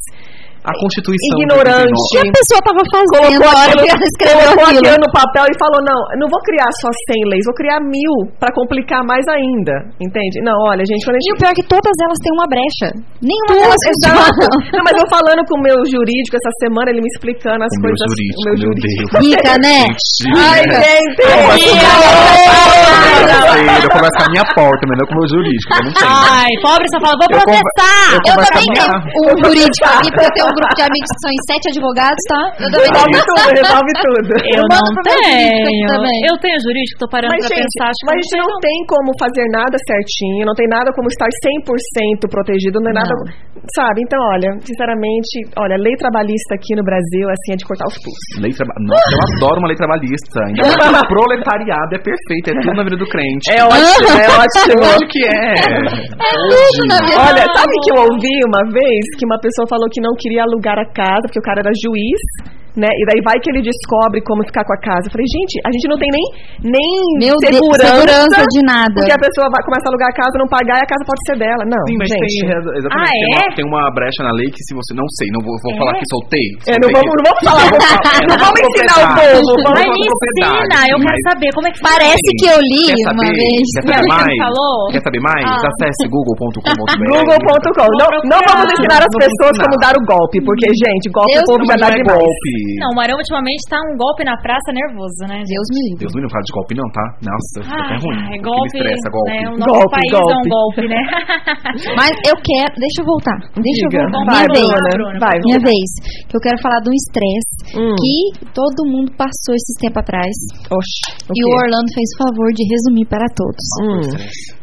Speaker 8: A Constituição. de
Speaker 3: ignorante.
Speaker 8: 89.
Speaker 5: A pessoa tava fazendo
Speaker 3: Colocou
Speaker 5: a hora
Speaker 3: aquilo-
Speaker 5: que ela escreveu
Speaker 3: colocou
Speaker 5: aquilo.
Speaker 3: aquilo no papel e falou, não, não vou criar só 100 leis, vou criar mil pra complicar mais ainda, entende? Não, olha, gente, quando a
Speaker 5: E
Speaker 3: gente...
Speaker 5: o pior é que todas elas têm uma brecha. Nenhuma delas
Speaker 3: (laughs) Exato.
Speaker 5: funciona.
Speaker 3: Não, mas eu falando com o meu jurídico essa semana, ele me explicando as
Speaker 8: O meu
Speaker 3: coisas.
Speaker 8: jurídico,
Speaker 3: o meu
Speaker 8: meu
Speaker 3: jurídico.
Speaker 5: (laughs)
Speaker 8: Deus.
Speaker 5: Rica, né?
Speaker 3: Ai,
Speaker 8: Mentira.
Speaker 3: gente!
Speaker 8: Eu sei, Eu converso com a minha porta, mas não com o meu jurídico. Eu não tenho.
Speaker 4: Ai, pobre só fala, vou
Speaker 8: Eu conver-
Speaker 4: processar.
Speaker 8: eu
Speaker 5: Eu
Speaker 8: converso
Speaker 5: também
Speaker 8: com a minha-
Speaker 5: tenho um jurídico aqui, porque eu tenho um grupo de amigos que são em sete advogados, tá? Eu também tenho.
Speaker 3: Resolve tudo, resolve tudo.
Speaker 4: Eu
Speaker 5: Eu
Speaker 4: não
Speaker 5: mando pro meu jurídico aqui
Speaker 4: tenho.
Speaker 5: também.
Speaker 4: Eu tenho jurídico, tô parando
Speaker 3: Mas,
Speaker 4: pra
Speaker 3: gente,
Speaker 4: pensar. Acho que
Speaker 3: mas a
Speaker 4: não
Speaker 3: gente não tem como fazer nada certinho, não tem nada como estar 100% protegido, não é nada. Sabe? Então, olha, sinceramente, olha, lei trabalhista aqui no Brasil, assim, é de cortar os pulsos.
Speaker 8: Lei traba... Nossa, eu adoro uma lei trabalhista. Ainda mais que o proletariado é perfeito, é tudo na vida do crente.
Speaker 3: É (laughs) ótimo, é ótimo.
Speaker 8: Lógico que é.
Speaker 5: É tudo na vida.
Speaker 3: Olha, sabe que eu ouvi uma vez que uma pessoa falou que não queria alugar a casa, porque o cara era juiz, né? E daí vai que ele descobre como ficar com a casa. Eu falei, gente, a gente não tem nem, nem
Speaker 5: Meu Deus,
Speaker 3: segurança,
Speaker 5: segurança de nada.
Speaker 3: Porque a pessoa vai começar a alugar a casa, não pagar e a casa pode ser dela. Não,
Speaker 8: Sim, mas
Speaker 3: gente.
Speaker 8: tem, res-
Speaker 4: Ah,
Speaker 8: exatamente,
Speaker 4: é?
Speaker 8: tem, uma, tem uma brecha na lei que se você não sei, não vou, vou falar que soltei.
Speaker 3: É, não vamos, não vamos falar, não vamos- não vamos ensinar o povo. Vamos,
Speaker 4: Mas me ensina, eu quero saber como é que
Speaker 5: Parece que eu li
Speaker 8: Quer
Speaker 5: uma
Speaker 8: saber?
Speaker 5: vez.
Speaker 8: Quer
Speaker 4: Não,
Speaker 8: saber
Speaker 4: você
Speaker 8: mais?
Speaker 4: falou?
Speaker 8: Quer saber mais?
Speaker 5: Ah.
Speaker 8: Acesse google.com.br.
Speaker 3: Google.com. Não, não vamos ensinar as
Speaker 8: Vamos
Speaker 3: pessoas
Speaker 8: ensinar.
Speaker 3: como dar o golpe, porque, gente, golpe o
Speaker 5: Deus
Speaker 3: povo
Speaker 8: Não,
Speaker 3: já
Speaker 8: mas
Speaker 3: dá
Speaker 8: não é
Speaker 3: demais.
Speaker 8: golpe.
Speaker 4: Não, o Arão ultimamente tá um golpe na praça nervoso, né? gente?
Speaker 5: Deus me livre.
Speaker 8: Deus me livre, não fala de golpe não, tá? Nossa, fica até
Speaker 4: Ai,
Speaker 8: ruim.
Speaker 4: ai,
Speaker 8: O que
Speaker 4: golpe.
Speaker 8: Me estressa, é golpe.
Speaker 4: Né, o nosso
Speaker 3: Golpe,
Speaker 4: país é um golpe, né?
Speaker 5: Mas eu quero. Deixa eu voltar. Deixa eu
Speaker 3: Diga.
Speaker 5: voltar.
Speaker 3: Vai,
Speaker 5: Minha vez.
Speaker 3: Bruna, vai.
Speaker 5: Minha vez. Que eu quero falar de um estresse
Speaker 3: Hum.
Speaker 5: que todo mundo passou esses tempo atrás.
Speaker 3: Oxi, o
Speaker 5: E
Speaker 3: quê?
Speaker 5: o Orlando fez o favor de resumir para todos.
Speaker 3: Hum.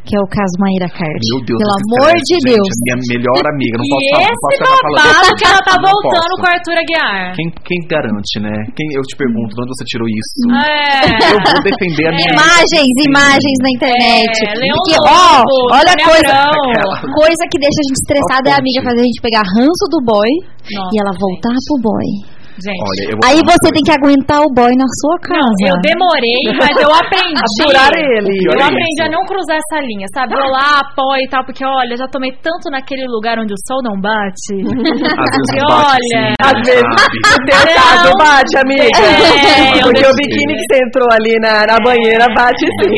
Speaker 5: Que é o caso Maíra Card.
Speaker 8: Meu Deus,
Speaker 5: Pelo
Speaker 8: esse
Speaker 5: amor
Speaker 8: estresse,
Speaker 5: de
Speaker 8: gente,
Speaker 5: Deus.
Speaker 8: Minha melhor amiga, (laughs) não
Speaker 4: e
Speaker 8: posso falar, não posso
Speaker 4: esse
Speaker 8: ficar falando.
Speaker 4: babado que ela tá
Speaker 8: Não
Speaker 4: voltando
Speaker 8: posso.
Speaker 4: com o Arthur Aguiar.
Speaker 8: Quem, quem garante, né? Quem, eu te pergunto, de onde você tirou isso? Eu
Speaker 4: É.
Speaker 8: vou defender a minha
Speaker 5: Imagens, imagens na internet.
Speaker 4: É, Leão
Speaker 5: Porque,
Speaker 4: Lobo,
Speaker 5: ó, olha a
Speaker 4: Sônia
Speaker 5: coisa.
Speaker 4: Abrão.
Speaker 8: Aquela.
Speaker 5: Coisa que deixa a gente estressada é a amiga fazer a gente pegar ranço do boy
Speaker 4: Nossa,
Speaker 5: e ela voltar pro boy.
Speaker 4: Gente,
Speaker 8: Olha, eu vou
Speaker 5: Aí
Speaker 8: falar uma
Speaker 5: você
Speaker 8: coisa.
Speaker 5: tem que aguentar o boy na sua casa.
Speaker 4: eu demorei, mas eu aprendi.
Speaker 3: Aturar ele.
Speaker 8: Pior
Speaker 4: Eu
Speaker 8: é
Speaker 4: aprendi a
Speaker 8: isso.
Speaker 4: não cruzar essa linha, sabe? Eu lá apoio e tal, porque olha, já tomei tanto naquele lugar onde o sol não bate.
Speaker 3: Uhum.
Speaker 8: Às vezes um
Speaker 4: E
Speaker 8: bate,
Speaker 4: olha,
Speaker 8: sim,
Speaker 3: Às vezes.
Speaker 8: sabe?
Speaker 3: O teu
Speaker 4: Não.
Speaker 3: caso é bate, amiga.
Speaker 4: É, eu
Speaker 3: (laughs) Porque o
Speaker 8: deixei.
Speaker 3: biquíni que você entrou ali na, na banheira bate sim.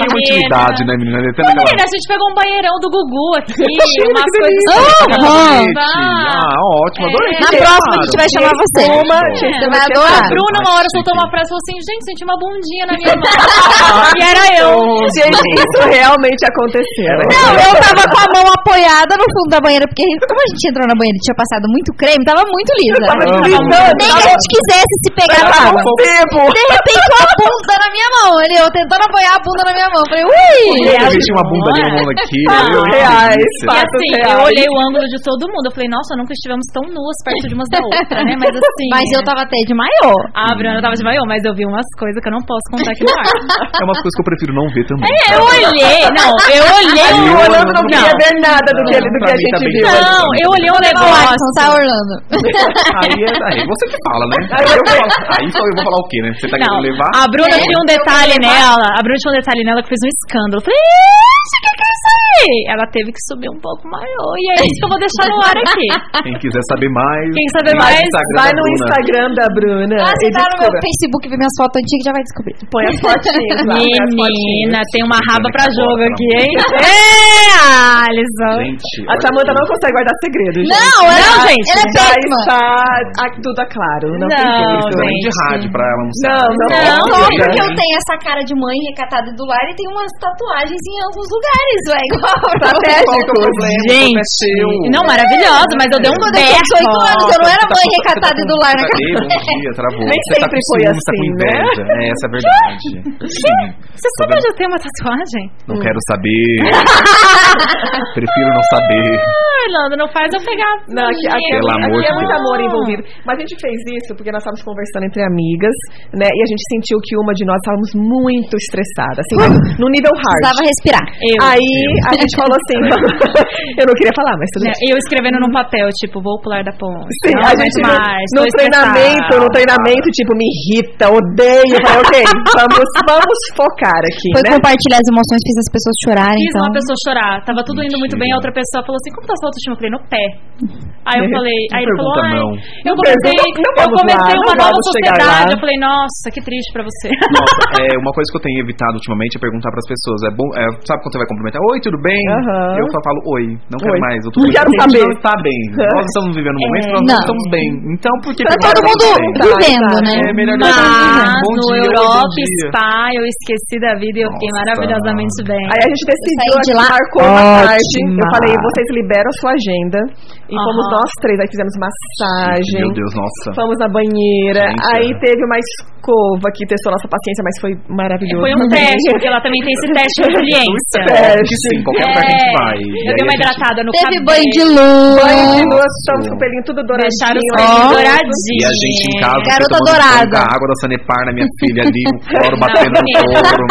Speaker 3: (laughs)
Speaker 8: uma intimidade, né, menina?
Speaker 4: Ô,
Speaker 8: Tem naquela-
Speaker 4: menina, a gente pegou um banheirão do Gugu
Speaker 3: (laughs)
Speaker 4: aqui, umas
Speaker 3: que
Speaker 4: coisas
Speaker 3: delícia.
Speaker 5: Aham.
Speaker 4: assim.
Speaker 8: Ah, ótimo,
Speaker 4: É.
Speaker 8: adorei.
Speaker 5: Na
Speaker 8: Claro.
Speaker 5: próxima a gente vai chamar você.
Speaker 3: Uma,
Speaker 8: É.
Speaker 3: gente,
Speaker 5: Você
Speaker 3: você
Speaker 5: vai
Speaker 3: vai
Speaker 5: adorar.
Speaker 4: A Bruna uma hora soltou uma frase e falou assim, gente, senti uma bundinha
Speaker 3: (laughs)
Speaker 4: na minha mão. e era eu.
Speaker 3: Gente, isso realmente aconteceu.
Speaker 5: Não, eu tava com a mão apoiada no fundo da banheira, porque como a gente entrou na banheira e tinha passado muito creme, tava muito lisa.
Speaker 3: Tava
Speaker 8: Amo.
Speaker 3: deslizando.
Speaker 5: Nem que a
Speaker 3: tava-
Speaker 5: gente quisesse se pegar
Speaker 3: Tava
Speaker 5: na
Speaker 3: com um
Speaker 5: mão.
Speaker 3: tempo.
Speaker 5: De repente, com a bunda na minha mão. Ele, eu tentando apoiar a bunda na minha mão. Falei,
Speaker 4: é
Speaker 8: Eu
Speaker 5: ui!
Speaker 8: meti uma bunda ali, uma mão aqui. né?
Speaker 3: Ah,
Speaker 8: eu-
Speaker 3: reais,
Speaker 8: delícia.
Speaker 4: E
Speaker 3: fato
Speaker 4: assim, eu
Speaker 3: real.
Speaker 4: olhei o ângulo de todo mundo. Eu falei, nossa, nunca estivemos tão nuas perto de umas da outra. Bruna, né? Mas assim.
Speaker 5: Mas eu tava até de maiô.
Speaker 4: Ah, Bruna tava de maiô, mas eu vi umas coisas que eu não posso contar aqui no ar.
Speaker 8: É umas coisas que eu prefiro não ver também.
Speaker 4: É, (laughs) eu olhei, não, eu olhei. um
Speaker 3: O Orlando não
Speaker 4: Não.
Speaker 3: queria ver nada do que, ele- do
Speaker 8: pra
Speaker 3: que a
Speaker 8: mim tá
Speaker 3: gente
Speaker 8: bem
Speaker 3: viu.
Speaker 8: claro.
Speaker 4: Não, eu olhei um negócio.
Speaker 5: Não tá Orlando.
Speaker 8: Aí, é, aí você que fala,
Speaker 3: (laughs)
Speaker 8: né? Aí, eu falo. Aí só eu vou falar o quê, né? Você tá
Speaker 4: Não,
Speaker 8: querendo levar?
Speaker 4: a Bruna
Speaker 5: É,
Speaker 4: tinha um
Speaker 5: eu
Speaker 4: detalhe
Speaker 5: vou levar.
Speaker 4: nela. A Bruna tinha um detalhe nela que fez um escândalo. Eu Falei, ixi, o que, que é isso aí? Ela teve que subir um pouco maior. E é isso que eu vou deixar no ar aqui.
Speaker 8: Quem quiser saber mais.
Speaker 4: Quem saber
Speaker 8: vai
Speaker 4: mais,
Speaker 3: Vai
Speaker 8: da
Speaker 3: no
Speaker 8: Bruna.
Speaker 3: Instagram da Bruna
Speaker 5: Ah,
Speaker 3: e
Speaker 5: você tá no meu
Speaker 3: descubra.
Speaker 5: Facebook ver minhas fotos antigas já vai descobrir.
Speaker 3: Põe as fotinhas lá. põe as fotinhas.
Speaker 4: Menina, tem uma raba pra
Speaker 8: Agora,
Speaker 4: jogo
Speaker 8: pelo
Speaker 4: aqui,
Speaker 8: amor de
Speaker 4: hein? (laughs) É, Alisson.
Speaker 8: Gente,
Speaker 3: A
Speaker 8: olha
Speaker 3: Samanta não
Speaker 8: isso.
Speaker 3: consegue guardar segredos.
Speaker 5: Não,
Speaker 4: ela-
Speaker 5: ela,
Speaker 4: gente,
Speaker 5: ela é
Speaker 3: Já
Speaker 5: péssima.
Speaker 3: está ah, tudo a claro. Não, tem
Speaker 4: Não,
Speaker 3: jeito.
Speaker 8: Também de
Speaker 4: gente.
Speaker 8: rádio pra ela não
Speaker 3: Não, não,
Speaker 4: Não,
Speaker 5: Só
Speaker 3: não.
Speaker 5: porque eu tenho essa cara de mãe recatada do lar e tenho umas tatuagens em alguns lugares, ué. Igual
Speaker 3: Estratégico.
Speaker 4: Gente, não, maravilhoso, mas eu dei um
Speaker 5: Quando eu tinha 18 anos,
Speaker 4: berro.
Speaker 5: eu não era
Speaker 8: Tá
Speaker 5: mãe recatada do lar né? na
Speaker 8: Cadê?
Speaker 5: cara.
Speaker 8: Bom dia, travou.
Speaker 3: Nem
Speaker 8: Você tá
Speaker 3: sempre
Speaker 8: com
Speaker 3: foi
Speaker 8: ciúme, tá com
Speaker 3: assim,
Speaker 8: inveja. É, essa é a verdade. Sim.
Speaker 4: Você sabe onde eu tenho uma tatuagem?
Speaker 8: Não quero
Speaker 3: (laughs)
Speaker 8: saber. Prefiro não saber.
Speaker 4: Ah, Orlando, não faz eu pegar.
Speaker 3: Não, aqui, aqui é,
Speaker 8: Pelo
Speaker 3: muito-
Speaker 8: amor
Speaker 3: aqui é
Speaker 8: de
Speaker 3: muito
Speaker 8: Deus.
Speaker 3: amor envolvido. Mas a gente fez isso porque nós estávamos conversando entre amigas, né? E a gente sentiu que uma de nós estávamos muito estressada, assim, no nível hard.
Speaker 5: Precisava respirar.
Speaker 4: Eu.
Speaker 3: Aí a gente falou assim,
Speaker 4: (laughs)
Speaker 3: (laughs) eu não queria falar, mas tudo
Speaker 4: Né,
Speaker 3: bem.
Speaker 4: Eu escrevendo num papel, tipo, vou pular da ponte.
Speaker 3: Sim,
Speaker 4: não
Speaker 3: a
Speaker 4: é aguento
Speaker 3: gente no-
Speaker 4: mais,
Speaker 3: no,
Speaker 4: tô estressada.
Speaker 3: treinamento, no treinamento, tipo, me irrita, odeio. Eu
Speaker 4: (laughs)
Speaker 3: Falei, ok, vamos, vamos focar aqui,
Speaker 5: Foi
Speaker 3: né?
Speaker 5: compartilhar as emoções, fiz as pessoas chorarem,
Speaker 4: Fiz
Speaker 5: então.
Speaker 4: uma pessoa chorar. Tava tudo indo muito bem, a outra pessoa falou assim: como tá sua autoestima? Eu falei, no pé. Aí eu
Speaker 3: Não
Speaker 4: falei, aí ele falou,
Speaker 8: pergunta
Speaker 4: ai,
Speaker 8: não.
Speaker 4: eu
Speaker 3: Não
Speaker 4: comecei,
Speaker 3: pergunta, não
Speaker 4: eu
Speaker 3: vamos lá,
Speaker 4: comecei uma
Speaker 3: não
Speaker 4: nova
Speaker 3: vamos chegar lá.
Speaker 4: sociedade. Eu falei, nossa, que triste pra você.
Speaker 8: Nossa, é, uma coisa que eu tenho evitado ultimamente é perguntar pras pessoas. É bom, é, sabe quando você vai cumprimentar? Oi, tudo bem?
Speaker 3: Aham.
Speaker 8: Eu só falo oi, não quero
Speaker 3: Oi.
Speaker 8: mais. Eu tô
Speaker 3: Não
Speaker 8: bem.
Speaker 3: quero
Speaker 8: A gente
Speaker 3: saber.
Speaker 8: não está bem. Nós estamos vivendo um momento que nós
Speaker 5: não.
Speaker 8: não estamos bem. Então por que
Speaker 5: Tá
Speaker 8: perguntar
Speaker 5: todo
Speaker 8: se
Speaker 5: mundo
Speaker 8: tá bem?
Speaker 5: vivendo,
Speaker 3: Tá,
Speaker 5: né?
Speaker 8: É melhor
Speaker 4: Mas
Speaker 8: dar um bom
Speaker 4: no
Speaker 8: dia, oi, bom
Speaker 4: Europa
Speaker 8: dia.
Speaker 4: Spa eu esqueci da vida e eu fiquei
Speaker 8: Nossa.
Speaker 4: maravilhosamente bem.
Speaker 3: Aí a gente decidiu,
Speaker 5: saí
Speaker 3: a
Speaker 5: de
Speaker 3: gente
Speaker 5: lá
Speaker 3: marcou uma tarde.
Speaker 5: ótima.
Speaker 3: Eu falei, vocês liberam a sua agenda. E
Speaker 4: Aham.
Speaker 3: fomos nós três, aí fizemos massagem.
Speaker 8: Meu Deus, nossa.
Speaker 3: Fomos na banheira.
Speaker 8: Gente,
Speaker 3: aí
Speaker 8: é.
Speaker 3: teve uma escova que testou nossa paciência, mas foi maravilhoso.
Speaker 4: Foi um teste, porque ela também
Speaker 3: (laughs)
Speaker 4: tem esse teste de resiliência. É,
Speaker 3: É,
Speaker 8: Acho que sim, qualquer lugar que a gente vai. E
Speaker 4: eu
Speaker 8: aí
Speaker 4: dei uma
Speaker 8: a gente-
Speaker 4: hidratada no
Speaker 5: Teve
Speaker 4: cabelo.
Speaker 5: banho de lua.
Speaker 3: Banho de
Speaker 8: Nossa.
Speaker 3: lua, um estamos com o pelinho tudo douradinho.
Speaker 4: um Deixaram os
Speaker 3: ó.
Speaker 4: pelinhos
Speaker 8: E
Speaker 4: douradinhos.
Speaker 8: a gente em casa,
Speaker 5: Garota
Speaker 8: fica tomando
Speaker 5: dourada.
Speaker 8: banho da água da Sanepar na minha filha ali, o cloro
Speaker 4: Não,
Speaker 8: batendo no
Speaker 4: não.
Speaker 8: couro.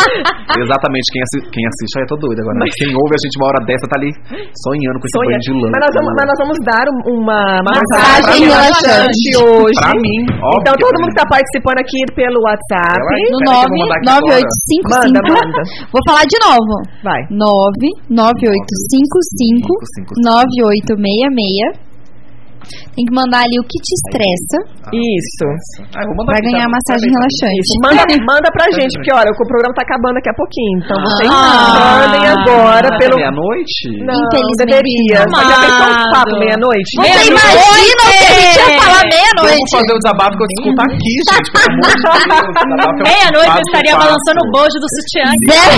Speaker 8: Exatamente, quem, assi quem assiste, ai, eu tô doida agora. né? Quem ouve a gente uma hora dessa tá ali sonhando com esse
Speaker 3: Sonha.
Speaker 8: banho de lã. né?
Speaker 3: Mas nós, vamos, mas nós vamos dar um- uma massagem
Speaker 5: Massagem
Speaker 3: relaxante
Speaker 5: relaxante.
Speaker 3: hoje.
Speaker 8: Pra mim, óbvio.
Speaker 3: Então, todo mundo que tá participando aqui pelo WhatsApp.
Speaker 8: Ela é-
Speaker 5: No
Speaker 8: Peraí que eu vou mandar aqui
Speaker 3: Manda,
Speaker 5: 99855.
Speaker 3: manda.
Speaker 5: Vou falar de novo.
Speaker 3: Vai.
Speaker 5: 99855 9866. Tem que mandar ali o que te estressa
Speaker 3: Isso.
Speaker 8: Ah, eu vou mandar
Speaker 5: pra
Speaker 8: aqui,
Speaker 5: ganhar
Speaker 8: tá?
Speaker 5: massagem relaxante.
Speaker 3: Isso. Manda, manda pra gente, porque olha, o programa tá acabando daqui a pouquinho. Então vocês
Speaker 4: Ah.
Speaker 3: mandem agora (laughs) pelo.
Speaker 8: Meia-noite?
Speaker 3: Não,
Speaker 5: Infelizmente,
Speaker 3: deveria. Mas já pensou um papo
Speaker 4: amado.
Speaker 3: meia-noite?
Speaker 4: Você
Speaker 5: Você
Speaker 4: Meia-noite.
Speaker 5: imagina o que a gente ia falar
Speaker 8: Eu vou
Speaker 5: meia-noite.
Speaker 8: fazer o desabafo que eu escuto aqui, gente. Pelo amor de Deus. o desabafo é um
Speaker 4: (laughs) Meia-noite eu
Speaker 8: passo,
Speaker 4: estaria
Speaker 8: passo.
Speaker 4: balançando o bojo do sutiã.
Speaker 5: Zero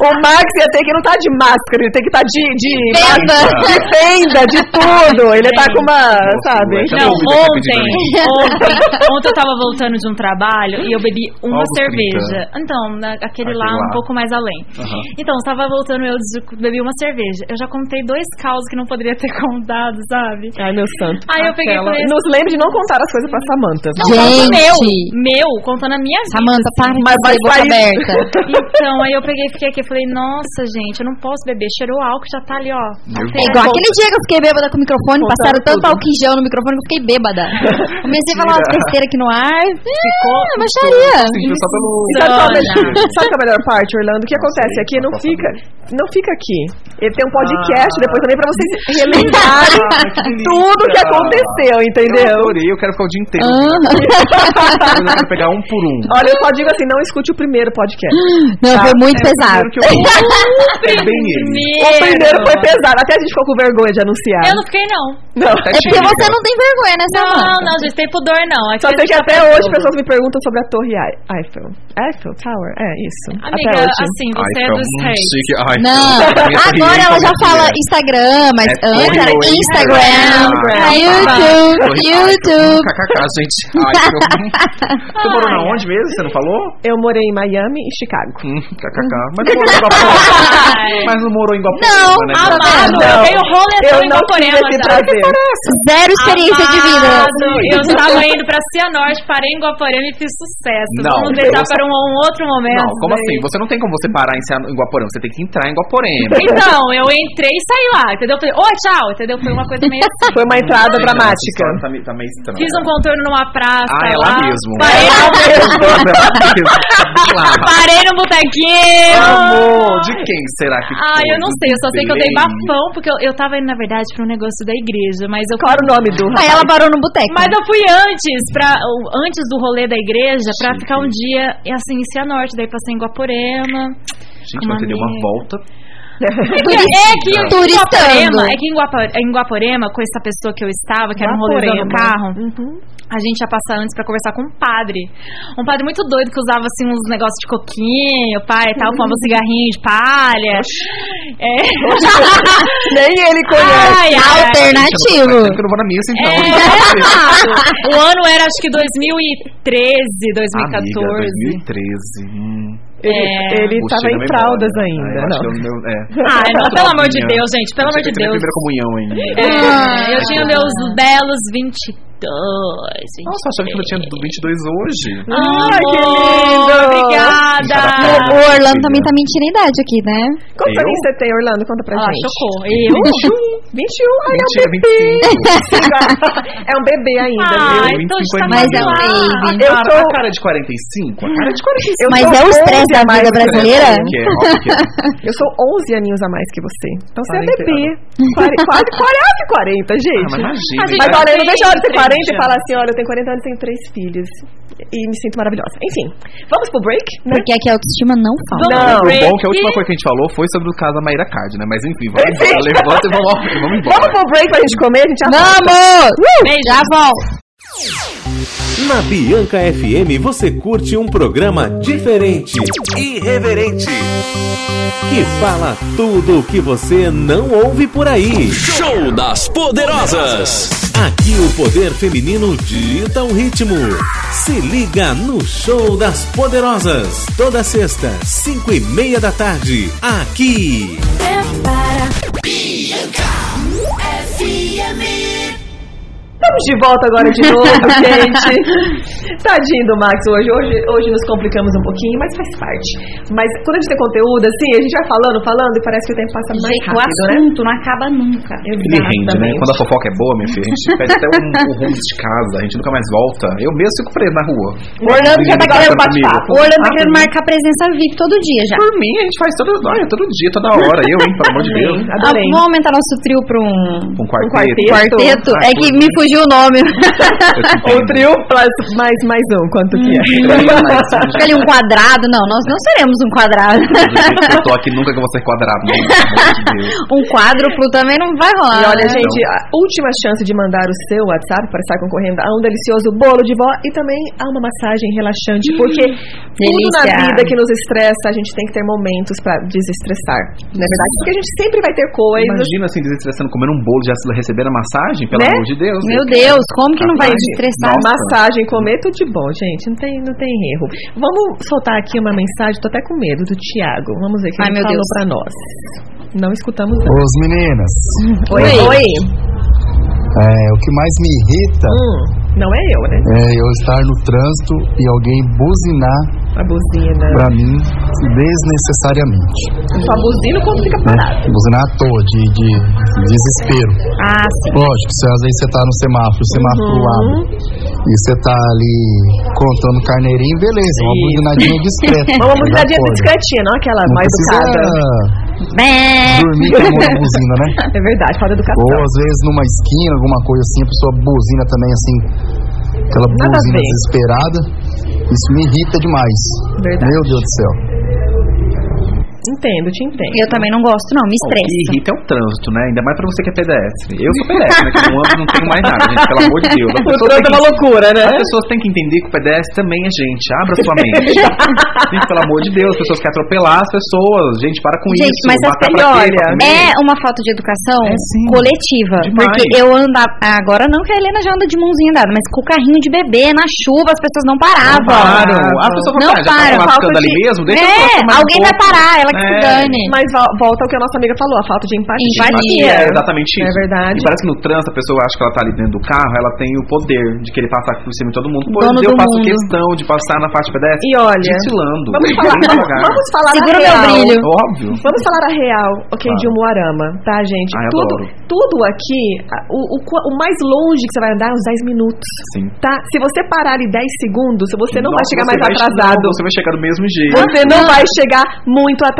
Speaker 3: O Max ia ter que não tá de máscara, ele tem que estar de, de,
Speaker 5: Beba.
Speaker 3: de fenda, de tudo. Ele tá com uma, sabe?
Speaker 8: Nossa,
Speaker 4: Não,
Speaker 8: Eu não ouvi
Speaker 4: ontem, (laughs)
Speaker 8: depois (laughs)
Speaker 4: ontem, ontem eu tava voltando de um trabalho e eu bebi uma
Speaker 8: Algo
Speaker 4: cerveja. Então, na- aquele
Speaker 8: Aquele
Speaker 4: lá, um
Speaker 8: lá.
Speaker 4: pouco mais além.
Speaker 8: Aham.
Speaker 4: Então, eu tava voltando, eu des- bebi uma cerveja. Eu já contei dois causos que não poderia ter (laughs) contado, sabe?
Speaker 3: Ai, meu santo.
Speaker 4: Aí eu peguei e falei assim,
Speaker 3: Nos lembre de não contar as coisas pra Samanta.
Speaker 4: não, conto meu,
Speaker 5: Gente.
Speaker 4: meu, contando a minha
Speaker 5: tá
Speaker 4: vida.
Speaker 5: Samanta, para de
Speaker 3: Mas vai
Speaker 5: fazer boca
Speaker 3: sair.
Speaker 5: aberta.
Speaker 4: Então, aí eu peguei e fiquei aqui e falei, nossa, gente, eu não posso beber. Cheirou álcool, já tá ali, ó.
Speaker 5: É
Speaker 8: Nervosa.
Speaker 5: igual aquele dia que eu fiquei bêbada com o microfone,
Speaker 3: Contando
Speaker 5: passaram tanto
Speaker 3: tudo.
Speaker 5: álcool em gel no microfone que eu fiquei
Speaker 8: (laughs)
Speaker 5: bêbada. Comecei a falar umas besteiras aqui no ar.
Speaker 8: Ficou-
Speaker 5: Ah, baixaria.
Speaker 8: Sim, só pelo...
Speaker 3: E Sabe qual, é a melhor-
Speaker 8: Olha.
Speaker 3: sabe qual é a melhor parte, Orlando? O que acontece
Speaker 8: sei,
Speaker 3: aqui não
Speaker 8: posso
Speaker 3: fica, não fica aqui. Ele tem um podcast depois também pra vocês relembrarem
Speaker 8: delícia.
Speaker 3: tudo que aconteceu, entendeu?
Speaker 8: Eu adorei, eu quero ficar o dia inteiro. (laughs) Eu quero pegar um por um.
Speaker 3: Olha, eu só digo assim, não escute o primeiro podcast.
Speaker 5: (laughs)
Speaker 3: tá?
Speaker 5: Não, Ah, foi muito
Speaker 8: É o
Speaker 3: (laughs)
Speaker 5: pesado.
Speaker 8: primeiro que eu ouço. É bem ele.
Speaker 3: O primeiro foi pesado, até a gente ficou com vergonha de anunciar.
Speaker 4: Eu não fiquei, não.
Speaker 3: Não.
Speaker 5: É porque você não tem vergonha, né,
Speaker 4: Não,
Speaker 5: Samanta?
Speaker 4: não, gente, tem pudor não. Aqui
Speaker 3: Só
Speaker 4: a
Speaker 3: sei
Speaker 4: gente
Speaker 3: que
Speaker 4: tá
Speaker 3: até
Speaker 4: pra
Speaker 3: hoje
Speaker 4: tudo.
Speaker 3: pessoas me perguntam sobre a Torre Ei- Eiffel. Eiffel Tower? É, isso.
Speaker 4: Amiga,
Speaker 3: até hoje.
Speaker 4: assim, (laughs) você é
Speaker 8: Ai, tá
Speaker 4: dos
Speaker 8: muito
Speaker 4: reis.
Speaker 8: chique. Ai,
Speaker 5: Não, (laughs) agora ela já fala Instagram, mas
Speaker 8: É
Speaker 5: antes era
Speaker 8: Torre,
Speaker 5: Instagram,
Speaker 8: Instagram.
Speaker 5: aí
Speaker 4: é
Speaker 5: YouTube, YouTube.
Speaker 8: KKK, gente. Ai, que
Speaker 4: (laughs)
Speaker 8: horror. Você morou na onde mesmo? Você não falou?
Speaker 3: Eu morei em Miami e Chicago.
Speaker 8: Hum, KKK. Mas não morou em Guaporema. Mas não morou em Guaporema,
Speaker 5: Não,
Speaker 8: né?
Speaker 5: amado.
Speaker 4: Amado, eu
Speaker 3: Não,
Speaker 4: tenho roletão
Speaker 3: eu
Speaker 4: em
Speaker 3: não tive
Speaker 4: Guaporema
Speaker 3: esse
Speaker 4: já.
Speaker 3: prazer.
Speaker 5: Zero experiência de vida.
Speaker 4: Amado, Eu estava indo pra Cianorte, parei em Guaporema e fiz sucesso.
Speaker 8: Não,
Speaker 4: Vamos deixar
Speaker 8: você-
Speaker 4: para um, um outro momento.
Speaker 8: Não, como assim? Você não tem como você parar em Cea- em Guaporama, você tem que entrar em Guaporama.
Speaker 4: Então, eu entrei e saí lá, entendeu? Falei, oi, tchau, entendeu? Foi uma coisa meio
Speaker 8: (laughs)
Speaker 4: assim.
Speaker 3: Foi uma entrada
Speaker 8: Ai, nossa, essa
Speaker 3: dramática.
Speaker 8: história Tá, meio- tá meio estranha.
Speaker 4: Fiz um contorno numa praça.
Speaker 8: Ah, é lá mesmo.
Speaker 4: Parei,
Speaker 8: É (laughs)
Speaker 4: no-
Speaker 8: Lá.
Speaker 4: parei no botequinho.
Speaker 8: Amor, de quem será que
Speaker 4: Ah,
Speaker 8: foi?
Speaker 4: eu não sei, eu só sei que eu dei
Speaker 8: Belém?
Speaker 4: bafão, porque eu, eu tava indo, na verdade, pra um negócio da igreja, mas eu.
Speaker 3: Qual era o nome do
Speaker 5: Aí ela parou no boteco.
Speaker 4: Mas é eu fui antes, pra, antes do rolê da igreja, pra ficar um dia, assim, em Cianorte, daí passei em Guaporema.
Speaker 8: Gente, mas você deu uma
Speaker 4: Maneiro.
Speaker 8: volta.
Speaker 5: Turista-
Speaker 4: É que em
Speaker 5: turistando.
Speaker 4: Guaporema, é que em Guapa- em Guaporema, com essa pessoa que eu estava, que era um rolê no
Speaker 3: Guaporema.
Speaker 4: carro,
Speaker 3: Tá Uhum.
Speaker 4: a gente ia passar antes pra conversar com um padre. Um padre muito doido que usava assim uns negócios de coquinho, pai e tal, fumava um cigarrinho de palha. É.
Speaker 3: Nem ele conhece.
Speaker 4: Ai, ai.
Speaker 5: Alternativo.
Speaker 8: Faz tempo que eu não vou na missa,
Speaker 4: (laughs) É,
Speaker 8: então.
Speaker 4: exato. o ano era acho que 2013, 2014.
Speaker 8: (laughs) Amiga, 2013. Hum.
Speaker 3: Ele,
Speaker 4: É.
Speaker 3: ele
Speaker 8: Puxa,
Speaker 3: tava
Speaker 8: na
Speaker 3: em
Speaker 8: memória.
Speaker 3: fraldas
Speaker 8: Ah, eu
Speaker 3: ainda.
Speaker 8: acho
Speaker 3: Não.
Speaker 8: que eu não- é.
Speaker 4: Ah, não, pelo amor de
Speaker 8: Novinha.
Speaker 4: Deus, gente, pelo
Speaker 8: Eu
Speaker 4: amor de
Speaker 8: tinha é minha
Speaker 4: Deus.
Speaker 8: primeira comunhão ainda.
Speaker 4: É,
Speaker 5: Ah.
Speaker 4: eu tinha meus belos 22, 23.
Speaker 8: Nossa, achava que eu tinha 22 hoje.
Speaker 4: Ai,
Speaker 3: que
Speaker 4: lindo!
Speaker 3: lindo!
Speaker 8: Caraca.
Speaker 4: Obrigada!
Speaker 5: O Orlando também tá mentindo a idade aqui, né?
Speaker 3: Quantos
Speaker 8: Eu?
Speaker 3: anos você tem, Orlando? Conta pra
Speaker 4: Ah,
Speaker 3: gente. (laughs)
Speaker 4: chocou. (laughs) Eu?
Speaker 3: 21. 21. Ai, é
Speaker 8: Mentira,
Speaker 3: um bebê.
Speaker 8: 25.
Speaker 3: (laughs) é um bebê ainda,
Speaker 4: Ah,
Speaker 3: viu?
Speaker 4: então
Speaker 8: 25
Speaker 4: está
Speaker 8: Mas é
Speaker 5: um
Speaker 4: lá.
Speaker 5: baby.
Speaker 3: Eu
Speaker 8: Cara,
Speaker 3: sou-
Speaker 8: A cara de 45? A cara de 45.
Speaker 3: Eu
Speaker 5: Mas
Speaker 3: sou
Speaker 5: é o
Speaker 3: 11
Speaker 5: estresse da
Speaker 3: a mais
Speaker 5: vida
Speaker 3: que você.
Speaker 5: brasileira?
Speaker 8: Que é, ó, que é.
Speaker 3: Eu sou 11 aninhos a mais que você. Então você é
Speaker 8: 40,
Speaker 3: bebê. Quase 40, 40,
Speaker 8: Ah,
Speaker 3: gente.
Speaker 8: mas
Speaker 4: A
Speaker 8: imagina.
Speaker 4: gente- tá
Speaker 3: Mas
Speaker 8: cara.
Speaker 3: olha, eu não deixo a hora de ter
Speaker 4: Tem
Speaker 3: 40 e
Speaker 4: 30.
Speaker 3: falar assim, olha, eu tenho 40 anos e tenho três filhos. E me sinto maravilhosa. Enfim, vamos pro break, né?
Speaker 5: Porque aqui a autoestima não falta.
Speaker 4: Vamos
Speaker 3: Não,
Speaker 4: pro (laughs) break.
Speaker 8: é, Bom, que a última coisa que a gente falou foi sobre o caso da Mayra Card, né? Mas
Speaker 4: (laughs)
Speaker 8: enfim, vamos embora. Levanta e vamos, vamos embora.
Speaker 3: Vamos pro break pra gente comer, a gente já
Speaker 5: Vamos!
Speaker 4: Beijo.
Speaker 5: Já volto.
Speaker 6: Na Bianca FM você curte um programa diferente, irreverente, que fala tudo o que você não ouve por aí.
Speaker 2: Show das Poderosas.
Speaker 6: Aqui o poder feminino dita o ritmo. Se liga no Show das Poderosas, toda sexta, cinco e meia da tarde, aqui.
Speaker 3: Estamos de volta agora de
Speaker 4: (laughs)
Speaker 3: novo, gente. Tadinho do Max hoje. hoje. Hoje nos complicamos um pouquinho, mas faz parte. Mas quando a gente tem conteúdo, assim, a gente vai falando, falando, e parece que o tempo passa mais
Speaker 5: Gente, o
Speaker 3: rápido, né?
Speaker 5: assunto não acaba nunca.
Speaker 8: Ele rende, né? Quando a fofoca é boa, minha filha, a gente pede até um, um rumo de casa, a gente nunca mais volta. Eu mesmo fico preso na rua.
Speaker 5: O Orlando já tá
Speaker 8: Obrigado,
Speaker 5: querendo
Speaker 8: amigo.
Speaker 5: bate-papo. O Orlando tá
Speaker 8: Ah,
Speaker 5: querendo
Speaker 8: por mim.
Speaker 5: marcar presença VIP todo dia já.
Speaker 8: Por mim, a gente faz todo, olha, todo dia, toda hora. Eu, hein, pelo amor de Deus.
Speaker 4: Tá
Speaker 3: Amém.
Speaker 5: Ah,
Speaker 3: Adorei.
Speaker 5: vamos aumentar nosso trio pra um
Speaker 8: Com quarteto.
Speaker 3: quarteto.
Speaker 5: quarteto?
Speaker 4: tá
Speaker 8: Ah,
Speaker 5: É que me fugiu o nome.
Speaker 8: Eu te
Speaker 3: Ou
Speaker 8: entendo.
Speaker 3: trio plus mais, mais um, quanto que é?
Speaker 5: Fica ali um quadrado. Não, nós não seremos um quadrado.
Speaker 8: Do jeito que Eu tô aqui nunca que eu vou ser quadrado. né? Pelo amor de Deus.
Speaker 5: um quádruplo também não vai rolar.
Speaker 3: E olha,
Speaker 5: né?
Speaker 3: gente, a última chance de mandar o seu WhatsApp para estar concorrendo a um delicioso bolo de vó e também a uma massagem relaxante, porque tudo na
Speaker 5: delícia.
Speaker 3: vida que nos estressa, a gente tem que ter momentos para desestressar. Na verdade, porque a gente sempre vai ter coisas.
Speaker 8: Imagina assim, desestressando, comendo um bolo já recebendo a massagem, pelo
Speaker 3: Né?
Speaker 8: amor de Deus.
Speaker 5: Meu Deus, como que não vai
Speaker 8: Rapaz,
Speaker 5: desestressar?
Speaker 8: nossa.
Speaker 3: Massagem, comer, tudo de bom, gente. Não tem, não tem erro. Vamos soltar aqui uma mensagem, tô até com medo, do Tiago. Vamos ver o que
Speaker 5: Ai,
Speaker 3: ele
Speaker 5: meu
Speaker 3: falou
Speaker 5: Deus.
Speaker 3: para nós. Não escutamos não.
Speaker 9: Os meninas,
Speaker 3: Oi, oi.
Speaker 9: é, o que mais me irrita
Speaker 8: Tá.
Speaker 3: Hum, não é eu, né?
Speaker 9: é eu estar no trânsito e alguém buzinar
Speaker 3: A buzina.
Speaker 9: pra mim desnecessariamente.
Speaker 3: Só buzina quando fica
Speaker 9: Né?
Speaker 3: parado.
Speaker 9: Buzinar à toa, de, de desespero.
Speaker 5: Ah, sim.
Speaker 9: Lógico, se às vezes você tá no semáforo, o semáforo
Speaker 3: Uhum.
Speaker 9: abre e você tá ali contando carneirinho, beleza, uma
Speaker 3: Isso.
Speaker 9: buzinadinha discreta.
Speaker 3: Mas (laughs)
Speaker 9: já
Speaker 3: Uma buzinadinha
Speaker 9: pode.
Speaker 3: discretinha, não aquela
Speaker 9: Não
Speaker 3: mal
Speaker 9: precisa
Speaker 3: educada.
Speaker 5: Bem.
Speaker 9: dormir com uma buzina,
Speaker 3: (laughs)
Speaker 9: né?
Speaker 3: É verdade, falta educação.
Speaker 9: Ou às vezes numa esquina, alguma coisa assim, a pessoa buzina também assim, aquela
Speaker 3: Nada a
Speaker 9: buzina
Speaker 3: ver.
Speaker 9: desesperada. Isso me irrita demais.
Speaker 3: Verdade.
Speaker 9: Meu Deus do céu.
Speaker 3: Entendo, te entendo.
Speaker 5: Eu também não gosto, não. Me
Speaker 8: Bom, O que
Speaker 5: estressa.
Speaker 8: irrita é o trânsito, né? Ainda mais pra você que é pedestre. Eu sou pedestre, né? Que não ando, não tenho mais nada, gente. Pelo amor de Deus.
Speaker 3: (laughs) O
Speaker 8: As pessoas,
Speaker 3: trânsito é
Speaker 8: têm
Speaker 3: uma
Speaker 8: que,
Speaker 3: loucura, né?
Speaker 8: as pessoas têm que entender que o pedestre também é gente. Abra sua mente. gente, pelo amor de Deus. As pessoas querem atropelar as pessoas. Gente, para
Speaker 5: (laughs)
Speaker 8: com
Speaker 5: Gente,
Speaker 8: isso.
Speaker 5: mas as
Speaker 8: matar
Speaker 3: pessoas- é
Speaker 8: pra quê?
Speaker 3: olha,
Speaker 8: Pra comer? É,
Speaker 5: É uma falta de educação coletiva.
Speaker 8: Demais.
Speaker 5: Porque eu andava. Agora não que a Helena já anda de mãozinha dada, mas com o carrinho de bebê, na chuva, as pessoas não paravam.
Speaker 8: Não param. A pessoa fala,
Speaker 5: Não
Speaker 8: "Ah, já tá
Speaker 5: param.
Speaker 8: lascando
Speaker 5: Falta
Speaker 8: ali
Speaker 5: de-
Speaker 8: mesmo? Deixa
Speaker 5: é,
Speaker 8: eu só tomar um
Speaker 5: alguém vai
Speaker 8: pouco."
Speaker 5: parar, ela ela que se
Speaker 8: É.
Speaker 5: dane.
Speaker 3: Mas vo- volta ao que a nossa amiga falou, a falta de empatia.
Speaker 5: Empatia.
Speaker 8: É exatamente
Speaker 3: Não
Speaker 8: isso.
Speaker 3: é verdade?
Speaker 8: E parece que no trânsito a pessoa acha que ela tá ali dentro do carro, ela tem o poder de querer passar por cima de todo mundo. Pois
Speaker 5: Dono do
Speaker 8: eu faço
Speaker 5: mundo.
Speaker 8: questão de passar na parte pedestre.
Speaker 3: E olha,
Speaker 8: Desfilando.
Speaker 3: vamos falar, (laughs)
Speaker 8: em primeiro lugar.
Speaker 3: vamos falar
Speaker 5: Segura
Speaker 3: a
Speaker 5: meu
Speaker 3: real.
Speaker 5: brilho.
Speaker 8: Óbvio.
Speaker 3: Vamos falar a real, ok,
Speaker 8: Claro.
Speaker 3: de Umuarama, tá, gente?
Speaker 8: Ai,
Speaker 3: tudo,
Speaker 8: adoro.
Speaker 3: tudo aqui, a- o, o qua- o mais longe que você vai andar é uns 10 minutos,
Speaker 8: Sim.
Speaker 3: tá? Se você parar ali 10 segundos, você não vai
Speaker 8: Nossa,
Speaker 3: chegar
Speaker 8: você
Speaker 3: mais
Speaker 8: vai-
Speaker 3: atrasado.
Speaker 8: não, Você vai chegar do mesmo jeito.
Speaker 3: Você não vai chegar muito atrasado.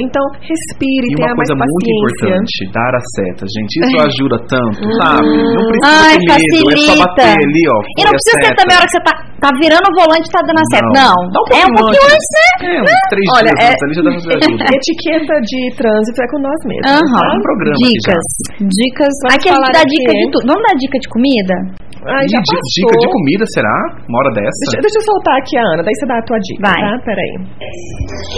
Speaker 3: Então, respire,
Speaker 8: E
Speaker 3: tenha
Speaker 8: uma
Speaker 3: mais
Speaker 8: coisa muito
Speaker 3: paciência. (laughs) Hum.
Speaker 8: importante, dar a seta, gente. Isso ajuda tanto, sabe? Não precisa
Speaker 5: Ai,
Speaker 8: ter medo, é só
Speaker 5: facilita.
Speaker 8: bater ali, ó.
Speaker 5: E não
Speaker 8: foi a
Speaker 5: precisa ser
Speaker 8: seta.
Speaker 5: também a hora que você tá, tá virando o volante e tá dando a seta. Não.
Speaker 8: Dá
Speaker 5: é um pouquinho antes, né?
Speaker 8: É, uns três
Speaker 3: Olha,
Speaker 8: dias
Speaker 3: é-
Speaker 8: antes ali já dá pra
Speaker 3: (laughs)
Speaker 8: fazer ajuda.
Speaker 3: Etiqueta de trânsito é com nós mesmos.
Speaker 5: Aham.
Speaker 8: um programa aqui
Speaker 5: Dicas. Dicas.
Speaker 3: Vamos
Speaker 5: aqui a gente
Speaker 3: falar
Speaker 5: dá
Speaker 3: do
Speaker 5: dica
Speaker 3: quê?
Speaker 5: de tudo. Vamos dar dica de comida?
Speaker 3: Ai,
Speaker 8: Ih,
Speaker 3: já
Speaker 8: di-
Speaker 3: passou.
Speaker 8: dica de comida, será? Uma hora dessa?
Speaker 3: Deixa, deixa eu soltar aqui a Ana, daí você dá a tua dica,
Speaker 5: Vai.
Speaker 3: tá? Peraí.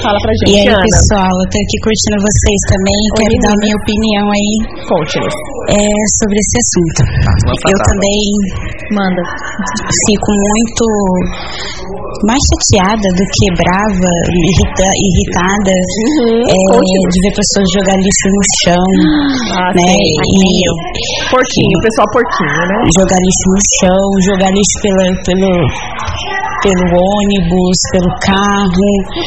Speaker 3: Fala pra gente,
Speaker 10: E aí,
Speaker 3: Ana.
Speaker 10: pessoal, eu tô aqui curtindo vocês também. Quero dar a minha opinião aí
Speaker 3: Conte-nos.
Speaker 10: é, sobre esse assunto.
Speaker 8: lança
Speaker 10: Eu
Speaker 8: braba.
Speaker 10: também
Speaker 5: Manda.
Speaker 10: fico muito mais chateada do que brava, irrita- irritada
Speaker 3: Uhum.
Speaker 10: é, de ver pessoas jogar lixo no chão,
Speaker 3: Ah,
Speaker 10: né?
Speaker 3: sim.
Speaker 10: E
Speaker 3: Porquinho, pessoal porquinho, né?
Speaker 10: jogar lixo no chão, jogar lixo pela, pelo pelo ônibus, pelo carro,
Speaker 3: tem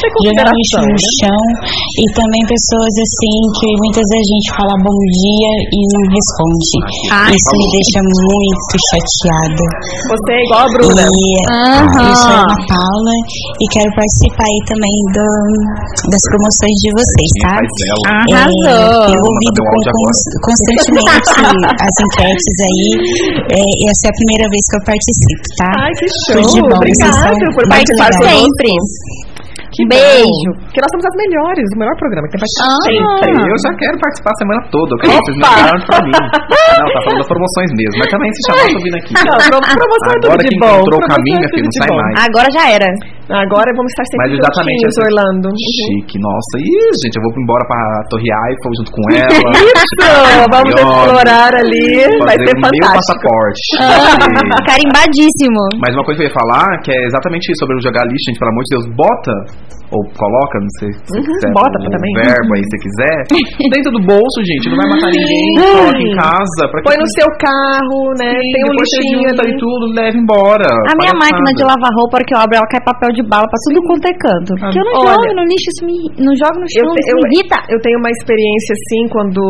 Speaker 3: é
Speaker 10: jogar
Speaker 3: consideração,
Speaker 10: lixo no
Speaker 3: né?
Speaker 10: chão e também pessoas assim que muitas vezes a gente fala bom dia e não responde.
Speaker 5: Ah,
Speaker 10: Isso me deixa muito chateada.
Speaker 3: Você é igual a Bruna.
Speaker 10: E eh, eu sou a
Speaker 5: Aham.
Speaker 10: Ana Paula e quero participar aí também do- das promoções de vocês, tá?
Speaker 8: Faz dela.
Speaker 3: Ah,
Speaker 10: É,
Speaker 5: Arrasou.
Speaker 10: eu ouvido
Speaker 8: Vou mandar um áudio
Speaker 10: con- constantemente
Speaker 5: (laughs)
Speaker 10: as enquetes aí. É, essa é a primeira vez que eu participo, tá?
Speaker 3: Ai, que show.
Speaker 10: Tudo de bom, vocês são
Speaker 3: Obrigada por
Speaker 10: muito
Speaker 3: participar
Speaker 10: legais.
Speaker 3: conosco.
Speaker 5: Sempre.
Speaker 3: Que
Speaker 5: Beijo.
Speaker 3: bom. Porque nós somos as melhores, o melhor programa que tem pra
Speaker 5: Ah.
Speaker 3: sempre.
Speaker 8: É, Eu já quero participar a semana toda. Eu quero que vocês me falaram pra mim. Não, tá falando das promoções mesmo. Mas também se chamar, eu tô vindo aqui.
Speaker 3: Não, pro- promoção é tudo
Speaker 8: Agora
Speaker 3: de
Speaker 8: que
Speaker 3: bom.
Speaker 8: encontrou o
Speaker 3: Promoção
Speaker 8: caminho,
Speaker 3: é
Speaker 8: minha
Speaker 3: tudo
Speaker 8: filha, não
Speaker 3: de
Speaker 8: sai
Speaker 3: bom.
Speaker 8: mais.
Speaker 5: Agora já era.
Speaker 3: Agora vamos estar sempre
Speaker 8: Mas exatamente
Speaker 3: juntinhos,
Speaker 8: essa-
Speaker 3: Orlando. Uhum.
Speaker 8: Chique, nossa. Ih, gente, eu vou embora pra Torre Eiffel junto
Speaker 3: (laughs)
Speaker 8: com ela.
Speaker 3: Isso, vamos
Speaker 8: Maravilhosa.
Speaker 3: explorar ali. Vai
Speaker 8: Fazer
Speaker 3: ser
Speaker 8: o meu
Speaker 3: fantástico.
Speaker 8: passaporte.
Speaker 5: Ah,
Speaker 8: (laughs) E-
Speaker 5: Carimbadíssimo.
Speaker 8: Mas uma coisa que eu ia falar, que é exatamente isso, sobre o jogar lixo, gente, pelo amor de Deus, bota, ou coloca, não sei se você
Speaker 5: Uhum,
Speaker 8: quiser,
Speaker 3: bota
Speaker 8: o
Speaker 3: também.
Speaker 8: verbo aí, se quiser, (laughs) dentro do bolso, gente, não vai matar ninguém, coloca em casa, pra que
Speaker 3: Põe no seu carro, né? Tem um
Speaker 8: depois você
Speaker 3: lixinho
Speaker 8: junta
Speaker 3: ali.
Speaker 8: e tudo, leva embora.
Speaker 5: A minha máquina de lavar roupa, a hora que eu abro, ela cai papel de bala pra tudo quanto é canto.
Speaker 8: Ah,
Speaker 5: Porque eu não
Speaker 3: Olha.
Speaker 5: jogo no lixo, isso me, não jogo no
Speaker 3: Eu,
Speaker 5: chão,
Speaker 3: te-
Speaker 5: isso
Speaker 3: eu,
Speaker 5: me irrita.
Speaker 3: eu tenho uma experiência assim, quando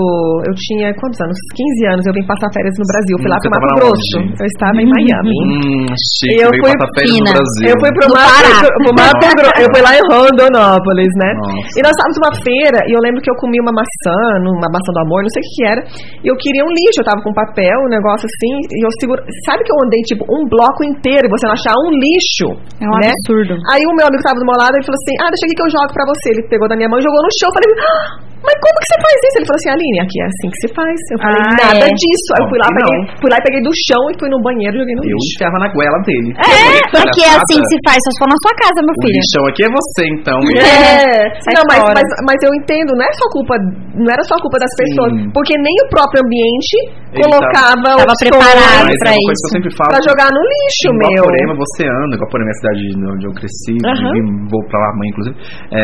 Speaker 3: eu tinha quantos anos? 15 anos, eu vim passar férias no Brasil, fui
Speaker 8: Hum,
Speaker 3: lá
Speaker 8: você
Speaker 3: pro Mato
Speaker 8: tava
Speaker 3: Grosso.
Speaker 8: aonde?
Speaker 3: Eu estava em Miami.
Speaker 8: Hum, chique,
Speaker 3: Eu
Speaker 8: veio
Speaker 3: fui
Speaker 8: passar férias no
Speaker 5: fina. É,
Speaker 8: Brasil.
Speaker 3: Eu fui pro
Speaker 5: No
Speaker 3: Mato,
Speaker 5: Pará.
Speaker 3: pro- pro Mato Grosso. Eu fui lá em Rondonópolis, né?
Speaker 8: Nossa.
Speaker 3: E nós estávamos numa feira e eu lembro que eu comi uma maçã, uma maçã do amor, não sei o que, que era. E eu queria um lixo, eu tava com papel, um negócio assim, e eu seguro. Sabe que eu andei tipo um bloco inteiro e você não achar um lixo?
Speaker 5: É um
Speaker 3: né?
Speaker 5: absurdo.
Speaker 3: Aí o meu amigo que tava do meu lado, ele falou assim: Ah, deixa aqui que eu jogo pra você. Ele pegou da minha mão e jogou no chão. Eu falei, "Ah, mas como que você faz isso? Ele falou assim, Aline, aqui é assim que se faz. Eu falei,
Speaker 5: Ah,
Speaker 3: nada
Speaker 5: é.
Speaker 3: disso. Aí eu fui lá,
Speaker 8: Não.
Speaker 3: peguei, fui lá e peguei do chão e fui no banheiro e joguei no
Speaker 8: Eu
Speaker 3: lixo.
Speaker 8: enfiava na goela dele.
Speaker 5: É,
Speaker 8: Olha,
Speaker 5: aqui é assim que
Speaker 8: nada.
Speaker 5: se faz, só se for na sua casa, meu
Speaker 8: O
Speaker 5: filho.
Speaker 8: lixão aqui é você, então.
Speaker 3: É, (laughs)
Speaker 5: Sai
Speaker 3: não, mas,
Speaker 5: fora.
Speaker 3: mas, mas eu entendo, não é só culpa, não era só culpa das pessoas, porque nem o próprio ambiente
Speaker 8: Ele
Speaker 3: colocava
Speaker 5: tava- tava
Speaker 3: opções
Speaker 5: preparado
Speaker 8: Mas
Speaker 5: pra
Speaker 8: é uma coisa
Speaker 5: isso.
Speaker 8: que eu sempre falo.
Speaker 3: pra jogar no lixo,
Speaker 8: Em
Speaker 3: meu.
Speaker 8: Guaporema você anda, Guaporema é a cidade de- onde eu cresci,
Speaker 3: Aham.
Speaker 8: vim- vou pra lá amanhã, inclusive. É,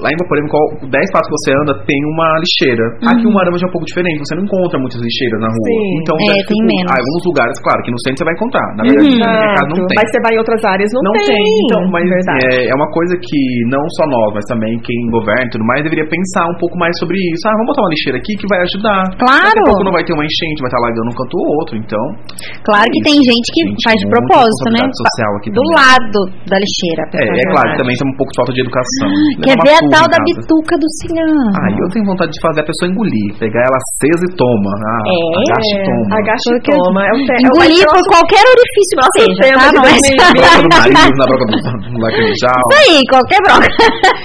Speaker 8: lá em Guaporema, qual, 10 passos que você anda, tem uma lixeira. Aqui o Marama já é um pouco diferente, você não encontra muitas lixeiras na rua.
Speaker 3: Uhum. Sim.
Speaker 8: Então,
Speaker 5: É,
Speaker 8: já
Speaker 5: tem
Speaker 8: dificulta.
Speaker 5: menos.
Speaker 8: Ah, em alguns lugares, claro, que no centro você vai encontrar. Na verdade,
Speaker 5: Uhum.
Speaker 8: no mercado não tem.
Speaker 3: Uhum. Ah, Mas você vai em outras áreas, não,
Speaker 8: Não tem, então, mas
Speaker 3: verdade.
Speaker 8: é, é uma coisa que não só nós, mas também quem governa e tudo mais deveria pensar um pouco mais sobre isso. Ah, vamos botar uma lixeira aqui que vai ajudar. Daqui a
Speaker 5: Claro.
Speaker 8: pouco não vai ter uma enchente, vai estar lagando um canto ou outro, então.
Speaker 5: Claro que tem gente que
Speaker 8: Gente,
Speaker 5: faz de
Speaker 8: muita
Speaker 5: propósito, né?
Speaker 8: responsabilidade social aqui
Speaker 5: Do
Speaker 8: também.
Speaker 5: lado da lixeira. a
Speaker 8: É,
Speaker 5: pessoa
Speaker 8: é
Speaker 5: joga.
Speaker 8: claro, que também tem um pouco de falta de educação.
Speaker 5: Ah, Quer
Speaker 8: Leva
Speaker 5: ver a
Speaker 8: uma
Speaker 5: tal
Speaker 8: surra em
Speaker 5: da
Speaker 8: casa.
Speaker 5: bituca do cinhão?
Speaker 8: Aí eu tenho vontade de fazer a pessoa engolir, pegar ela acesa e toma. Ah,
Speaker 5: É,
Speaker 8: agacha e toma.
Speaker 3: Agacha e
Speaker 5: Porque
Speaker 3: toma. É o te- é o- é
Speaker 5: Engolir
Speaker 3: o
Speaker 5: por
Speaker 3: nosso-
Speaker 5: qualquer orifício que
Speaker 3: nosso
Speaker 5: seja,
Speaker 3: tema
Speaker 5: tá?
Speaker 3: de
Speaker 5: Não é (laughs) só-
Speaker 3: 2020.
Speaker 8: Broca do nariz, na
Speaker 5: (laughs)
Speaker 8: broca do do lacrimejal.
Speaker 5: Isso aí, é. qualquer broca.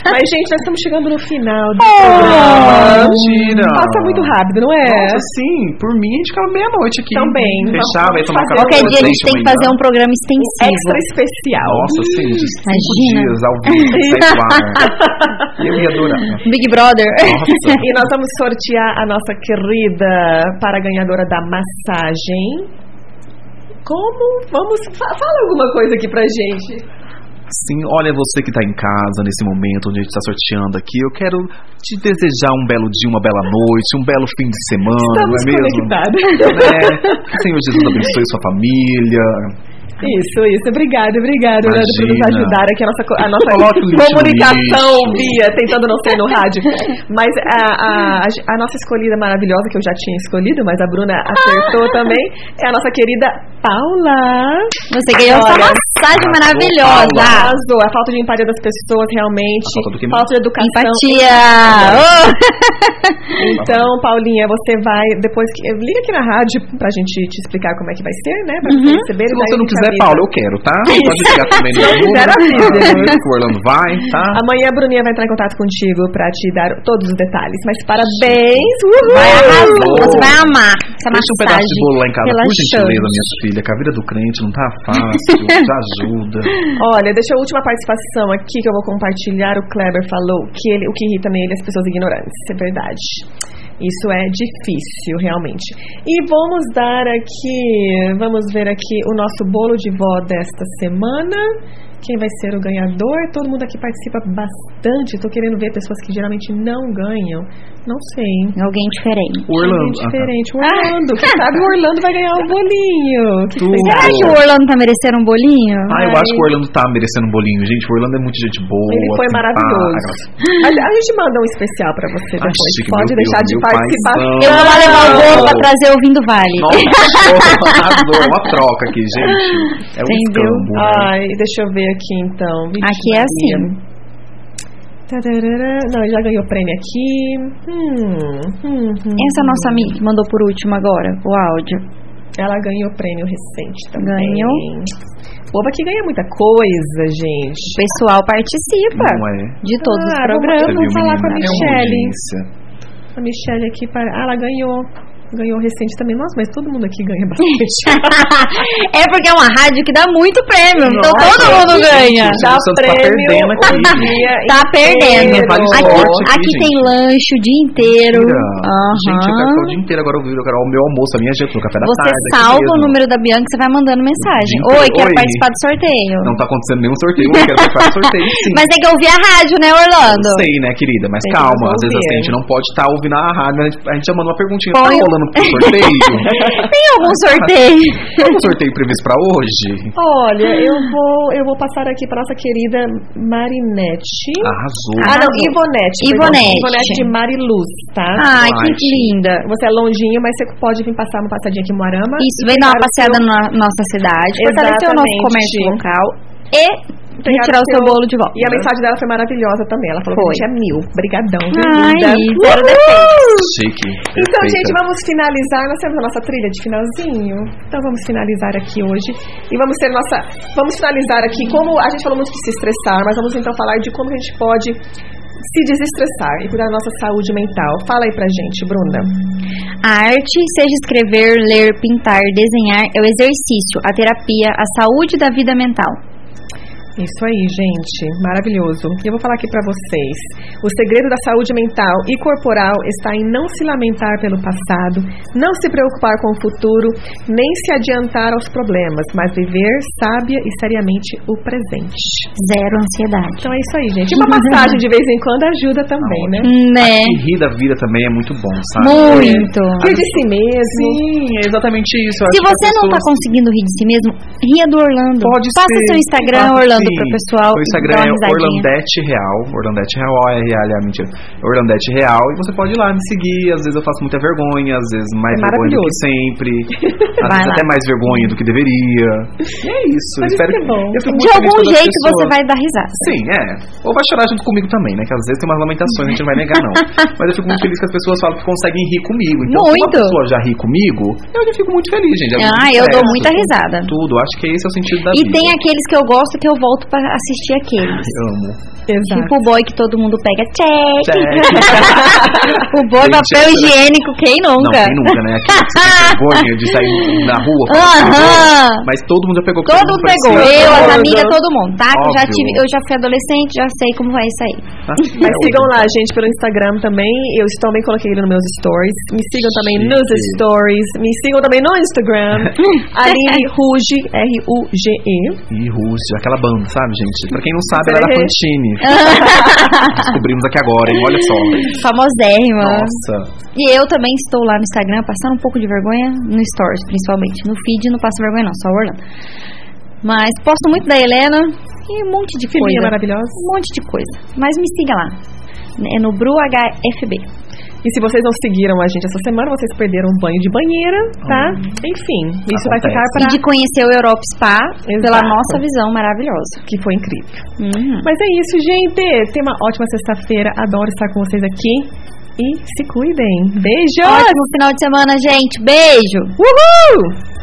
Speaker 3: Mas, gente, nós estamos chegando no final
Speaker 5: Oh!
Speaker 3: do
Speaker 8: Ah,
Speaker 3: programa.
Speaker 8: Mentira.
Speaker 3: Passa muito rápido, não é?
Speaker 8: Nossa, sim, por mim a gente ficava meia-noite aqui.
Speaker 3: Também.
Speaker 8: Fechava, ia
Speaker 3: Vamos
Speaker 8: tomar café.
Speaker 3: fazer
Speaker 5: Qualquer
Speaker 8: com
Speaker 5: dia a gente
Speaker 8: vocês
Speaker 5: tem que
Speaker 8: amanhã.
Speaker 5: fazer um programa
Speaker 3: Um
Speaker 5: extensivo.
Speaker 3: extra especial.
Speaker 8: Ah, Nossa, sim, de cinco
Speaker 5: Imagina.
Speaker 8: dias ao
Speaker 5: (laughs)
Speaker 8: vivo, sem ar. Eu ia adorar.
Speaker 5: Big Brother.
Speaker 8: Nossa.
Speaker 3: (laughs) E nós vamos sortear a nossa querida para ganhadora da massagem. Como? Vamos. fa- Fala alguma coisa aqui pra gente.
Speaker 8: Sim, olha você que tá em casa nesse momento onde a gente tá sorteando aqui. Eu quero te desejar um belo dia, uma bela noite, um belo fim de semana,
Speaker 3: Estamos
Speaker 8: não é mesmo?
Speaker 3: conectados.
Speaker 8: É, que o Senhor Jesus abençoe sua família.
Speaker 3: (laughs) Isso, isso. Obrigada, obrigada, Leandro, por nos
Speaker 8: Imagina.
Speaker 3: ajudar aqui a nossa, co- a nossa
Speaker 8: Coloca o lixo no
Speaker 3: comunicação
Speaker 8: lixo.
Speaker 3: via, tentando não ser no rádio. Mas a, a- a- a nossa escolhida maravilhosa, que eu já tinha escolhido, mas a Bruna
Speaker 8: (laughs)
Speaker 3: acertou também, é a nossa querida Paula.
Speaker 5: Você ganhou essa
Speaker 3: Olha,
Speaker 5: massagem
Speaker 3: Paula
Speaker 5: maravilhosa.
Speaker 3: arrasou. A falta de empatia das pessoas, realmente.
Speaker 8: A falta do que mais?
Speaker 3: falta de educação.
Speaker 5: Empatia! Oh!
Speaker 3: Então, Paulinha, você vai depois que liga aqui na rádio pra gente te explicar como é que vai ser, né? Pra vocês receberem.
Speaker 8: Se
Speaker 3: daí a
Speaker 8: você não
Speaker 3: gente
Speaker 8: quiser,
Speaker 3: avisa.
Speaker 8: Paulo, eu quero, tá? Pode ligar também no
Speaker 3: Se eu
Speaker 8: meu
Speaker 3: quiser,
Speaker 8: número.
Speaker 3: avisa.
Speaker 8: O Orlando vai, tá?
Speaker 3: Amanhã a Bruninha vai entrar em contato contigo pra te dar todos os detalhes. Mas parabéns! Uhul!
Speaker 5: Vai arrasar,
Speaker 8: Oh.
Speaker 5: você vai amar essa
Speaker 8: Deixa um pedaço de
Speaker 5: massagem.
Speaker 8: bolo lá em casa, por
Speaker 5: relaxante.
Speaker 8: gentileza, minha filha, que a vida do crente não tá fácil, te ajuda.
Speaker 3: Olha, deixa a última participação aqui que eu vou compartilhar. O Kleber falou que ele, o que irrita nele é as pessoas ignorantes. Isso é verdade. Isso é difícil, realmente. E vamos dar aqui, vamos ver aqui o nosso bolo de vó desta semana. Quem vai ser o ganhador? Todo mundo aqui participa bastante. Tô querendo ver pessoas que geralmente não ganham. Não sei. hein?
Speaker 5: Alguém diferente.
Speaker 8: O Orlando.
Speaker 3: Alguém é
Speaker 8: Ah, tá.
Speaker 3: diferente. O Orlando. Quem sabe o Orlando vai ganhar o bolinho. O que que vocês
Speaker 5: Será que o Orlando tá merecendo um bolinho?
Speaker 8: Ah, eu acho que o Orlando tá merecendo um bolinho, gente. O Orlando é muito gente boa. assim, tá?
Speaker 3: Ele foi
Speaker 8: simpático.
Speaker 3: maravilhoso. A, a gente manda um especial pra você
Speaker 8: Ai,
Speaker 3: depois.
Speaker 8: Chico,
Speaker 3: Pode
Speaker 8: meu
Speaker 3: deixar
Speaker 8: Deus,
Speaker 3: de
Speaker 8: meu
Speaker 3: participar.
Speaker 8: paizão.
Speaker 5: Eu vou lá levar o bolo pra
Speaker 8: Não.
Speaker 5: trazer o Vindo Vale.
Speaker 8: Nossa, arrasou. uma troca aqui, gente. É um
Speaker 5: Entendeu?
Speaker 8: escambo. né?
Speaker 3: Ai, deixa eu ver aqui então. Vixe,
Speaker 5: Aqui é assim.
Speaker 3: Maria. Tararara. Não, ele já ganhou prêmio aqui. Hum, hum, hum.
Speaker 5: Essa nossa amiga que mandou por último agora, o áudio.
Speaker 3: Ela ganhou prêmio recente também.
Speaker 5: Ganhou.
Speaker 3: O povo aqui ganha muita coisa, gente.
Speaker 5: O pessoal participa
Speaker 8: Não é.
Speaker 5: de todos os
Speaker 3: Ah,
Speaker 5: programas. (laughs)
Speaker 8: Você viu,
Speaker 3: vamos falar com a
Speaker 8: menina? É uma
Speaker 3: Michele.
Speaker 8: audiência.
Speaker 3: A Michelle aqui para. Ah, ela ganhou. Ganhou recente também. Nossa, mas todo mundo aqui ganha
Speaker 5: (laughs)
Speaker 3: bastante.
Speaker 5: é porque é uma rádio que dá muito prêmio, então
Speaker 3: Nossa,
Speaker 5: todo mundo ganha.
Speaker 8: Gente, o Santos tá perdendo
Speaker 3: (laughs)
Speaker 8: aqui.
Speaker 5: Tá perdendo.
Speaker 8: Tem vários
Speaker 5: Aqui,
Speaker 8: cortes aqui,
Speaker 5: aqui tem
Speaker 8: gente.
Speaker 5: lanche o dia inteiro.
Speaker 8: Mentira. Gente, eu quero
Speaker 5: Aham.
Speaker 8: ficar o dia inteiro agora ouvindo cara, o meu almoço, a minha janta, o café da
Speaker 5: Você
Speaker 8: tarde. aqui
Speaker 5: salva o
Speaker 8: mesmo.
Speaker 5: número da Bianca e você vai mandando mensagem.
Speaker 8: Gente,
Speaker 5: Oi, quero
Speaker 8: oi.
Speaker 5: participar do sorteio.
Speaker 8: Não tá acontecendo nenhum sorteio, eu quero participar do sorteio sim.
Speaker 5: (laughs) Mas tem que ouvir a rádio, né, Orlando?
Speaker 8: Sei, né, querida? Mas
Speaker 3: Tem que
Speaker 8: calma, às
Speaker 3: resolver.
Speaker 8: vezes assim, a gente não pode estar ouvindo a rádio, né? a gente- a gente já manda uma perguntinha. Tá
Speaker 5: Põe-
Speaker 8: rolando pro
Speaker 5: (laughs)
Speaker 8: sorteio?
Speaker 5: Tem algum sorteio?
Speaker 8: Tem algum sorteio previsto pra hoje?
Speaker 3: (laughs) Olha, eu vou, eu vou passar aqui para nossa querida Marinette.
Speaker 8: Arrasou.
Speaker 3: Ah, não, Ivonete. perdão.
Speaker 5: Ivonete.
Speaker 3: Ivonete de Mariluz, tá?
Speaker 5: Ai, que
Speaker 8: Arte.
Speaker 5: linda.
Speaker 3: Você é longinho, mas você pode vir passar uma passadinha aqui em Moarama.
Speaker 5: Isso,
Speaker 3: E
Speaker 5: vem dar
Speaker 3: pegar
Speaker 5: uma
Speaker 3: o
Speaker 5: passeada
Speaker 3: seu-
Speaker 5: na nossa cidade, fortalecer o nosso
Speaker 3: Exatamente.
Speaker 5: comércio local e
Speaker 3: pegar
Speaker 5: retirar o seu bolo de volta.
Speaker 3: E a mensagem dela foi maravilhosa também. Ela falou
Speaker 5: Foi.
Speaker 3: que a gente é mil. Brigadão, viu,
Speaker 5: Ai,
Speaker 3: linda?
Speaker 5: zero defeitos.
Speaker 8: Chique.
Speaker 3: Então,
Speaker 8: perfeita.
Speaker 3: gente, vamos finalizar. Nós temos a nossa trilha de finalzinho. Então, vamos finalizar aqui hoje. E vamos ter nossa. Vamos finalizar aqui. Como a gente falou muito de se estressar, mas vamos então falar de como a gente pode se desestressar e cuidar da nossa saúde mental. Fala aí pra gente, Bruna.
Speaker 5: A arte, seja escrever, ler, pintar, desenhar, é o exercício, a terapia, a saúde da vida mental.
Speaker 3: Isso aí, gente. Maravilhoso. E eu vou falar aqui pra vocês. O segredo da saúde mental e corporal está em não se lamentar pelo passado, não se preocupar com o futuro, nem se adiantar aos problemas, mas viver sábia e seriamente o presente.
Speaker 5: Zero ansiedade.
Speaker 3: Então é isso aí, gente. E
Speaker 8: Uhum.
Speaker 3: Uma massagem de vez em quando ajuda também,
Speaker 8: Ah,
Speaker 3: né?
Speaker 5: Né?
Speaker 8: E rir da vida também é muito bom, sabe?
Speaker 5: Muito.
Speaker 8: É.
Speaker 3: Rir de si mesmo.
Speaker 8: Sim, é exatamente isso. Eu
Speaker 5: Se
Speaker 8: acho que as
Speaker 5: você não tá
Speaker 8: pessoas-
Speaker 5: conseguindo rir de si mesmo, ria do Orlando.
Speaker 8: Pode
Speaker 5: Passa
Speaker 8: ser.
Speaker 5: seu Instagram,
Speaker 8: Passa
Speaker 5: Orlando,
Speaker 8: sim.
Speaker 5: pro pessoal.
Speaker 8: O Instagram
Speaker 5: dar
Speaker 8: é
Speaker 5: uma risadinha.
Speaker 8: Orlandete Real. Orlandete Real, ORL, ah, mentira. Orlandete Real. E você pode ir lá me seguir. Às vezes eu faço muita vergonha, às vezes mais
Speaker 3: É
Speaker 8: vergonha do que
Speaker 3: maravilhoso.
Speaker 5: (laughs)
Speaker 8: sempre. Às
Speaker 5: Vai lá.
Speaker 8: vezes até mais vergonha do que deveria. E é isso.
Speaker 3: Mas isso
Speaker 8: Espero
Speaker 3: é bom.
Speaker 8: eu fico
Speaker 5: De
Speaker 8: muito feliz
Speaker 5: algum
Speaker 8: quando as
Speaker 5: jeito você
Speaker 8: pessoas-
Speaker 5: vai dar risada.
Speaker 8: Sim, é. Ou vai chorar junto comigo também, né? Que às vezes tem umas lamentações, a gente não vai negar,
Speaker 5: (laughs)
Speaker 8: não. Mas eu fico muito feliz que as pessoas falam que conseguem rir comigo. Então, se uma
Speaker 5: Muito.
Speaker 8: pessoa já ri comigo, eu já fico muito feliz, gente. É muito
Speaker 5: Ah, eu dou
Speaker 8: sucesso.
Speaker 5: muita risada.
Speaker 8: Tudo, acho que esse é o sentido da
Speaker 5: E
Speaker 8: vida.
Speaker 5: tem aqueles que eu gosto que eu volto pra assistir aqueles.
Speaker 8: Amo.
Speaker 5: Tipo o boy que todo mundo pega, check. (laughs) o boy
Speaker 8: Gente,
Speaker 5: papel
Speaker 8: essa-
Speaker 5: higiênico, quem
Speaker 8: né? Não,
Speaker 5: nunca?
Speaker 8: quem nunca, né? Aqui você tem vergonha de sair na rua. falando que
Speaker 5: Aham.
Speaker 8: pegou, Mas todo mundo assim, já pegou. que
Speaker 5: Todo mundo pegou,
Speaker 8: parecia-
Speaker 5: eu, as
Speaker 3: Todo.
Speaker 5: amigas, todo mundo, tá? Que Eu já,
Speaker 8: Óbvio.
Speaker 5: tive, eu já fui adolescente, já sei como vai isso aí.
Speaker 8: Ah,
Speaker 3: Mas
Speaker 8: é,
Speaker 3: sigam lá, gente, pelo Instagram também. Eu também coloquei ele nos meus stories. Me sigam também nos
Speaker 8: Chique.
Speaker 3: stories. Me sigam
Speaker 8: (laughs)
Speaker 3: também no Instagram. Aline Ruge, R-U-G-E.
Speaker 8: E Ruge, aquela banda. sabe, gente? Pra quem não sabe, ela é era
Speaker 5: Uhum.
Speaker 3: Peraí.
Speaker 8: Pantini.
Speaker 5: Ah.
Speaker 8: Descobrimos aqui agora, hein? Olha só.
Speaker 5: (laughs) Famosérrima.
Speaker 8: Nossa.
Speaker 5: E eu também estou lá no Instagram passando um pouco de vergonha, no Stories principalmente. No feed não passo vergonha, não, só Orlando. Mas posto muito da Helena e um monte de
Speaker 3: Que
Speaker 5: coisa.
Speaker 3: menina maravilhosa.
Speaker 5: Um monte de coisa. Mas me siga lá. É no BruHFB.
Speaker 3: E se vocês não seguiram a gente essa semana, vocês perderam um banho de banheira, tá? Enfim, isso vai
Speaker 8: Hum. Acontece.
Speaker 3: ficar
Speaker 5: E
Speaker 3: pra...
Speaker 5: de conhecer o Europe Spa pela
Speaker 3: Exato.
Speaker 5: nossa visão maravilhosa.
Speaker 3: Que foi incrível.
Speaker 5: Uhum.
Speaker 3: Mas é isso, gente. Tenha uma ótima sexta-feira. Adoro estar com vocês aqui. E se cuidem. Beijo!
Speaker 5: Ótimo final de semana, gente. Beijo!
Speaker 3: Uhul!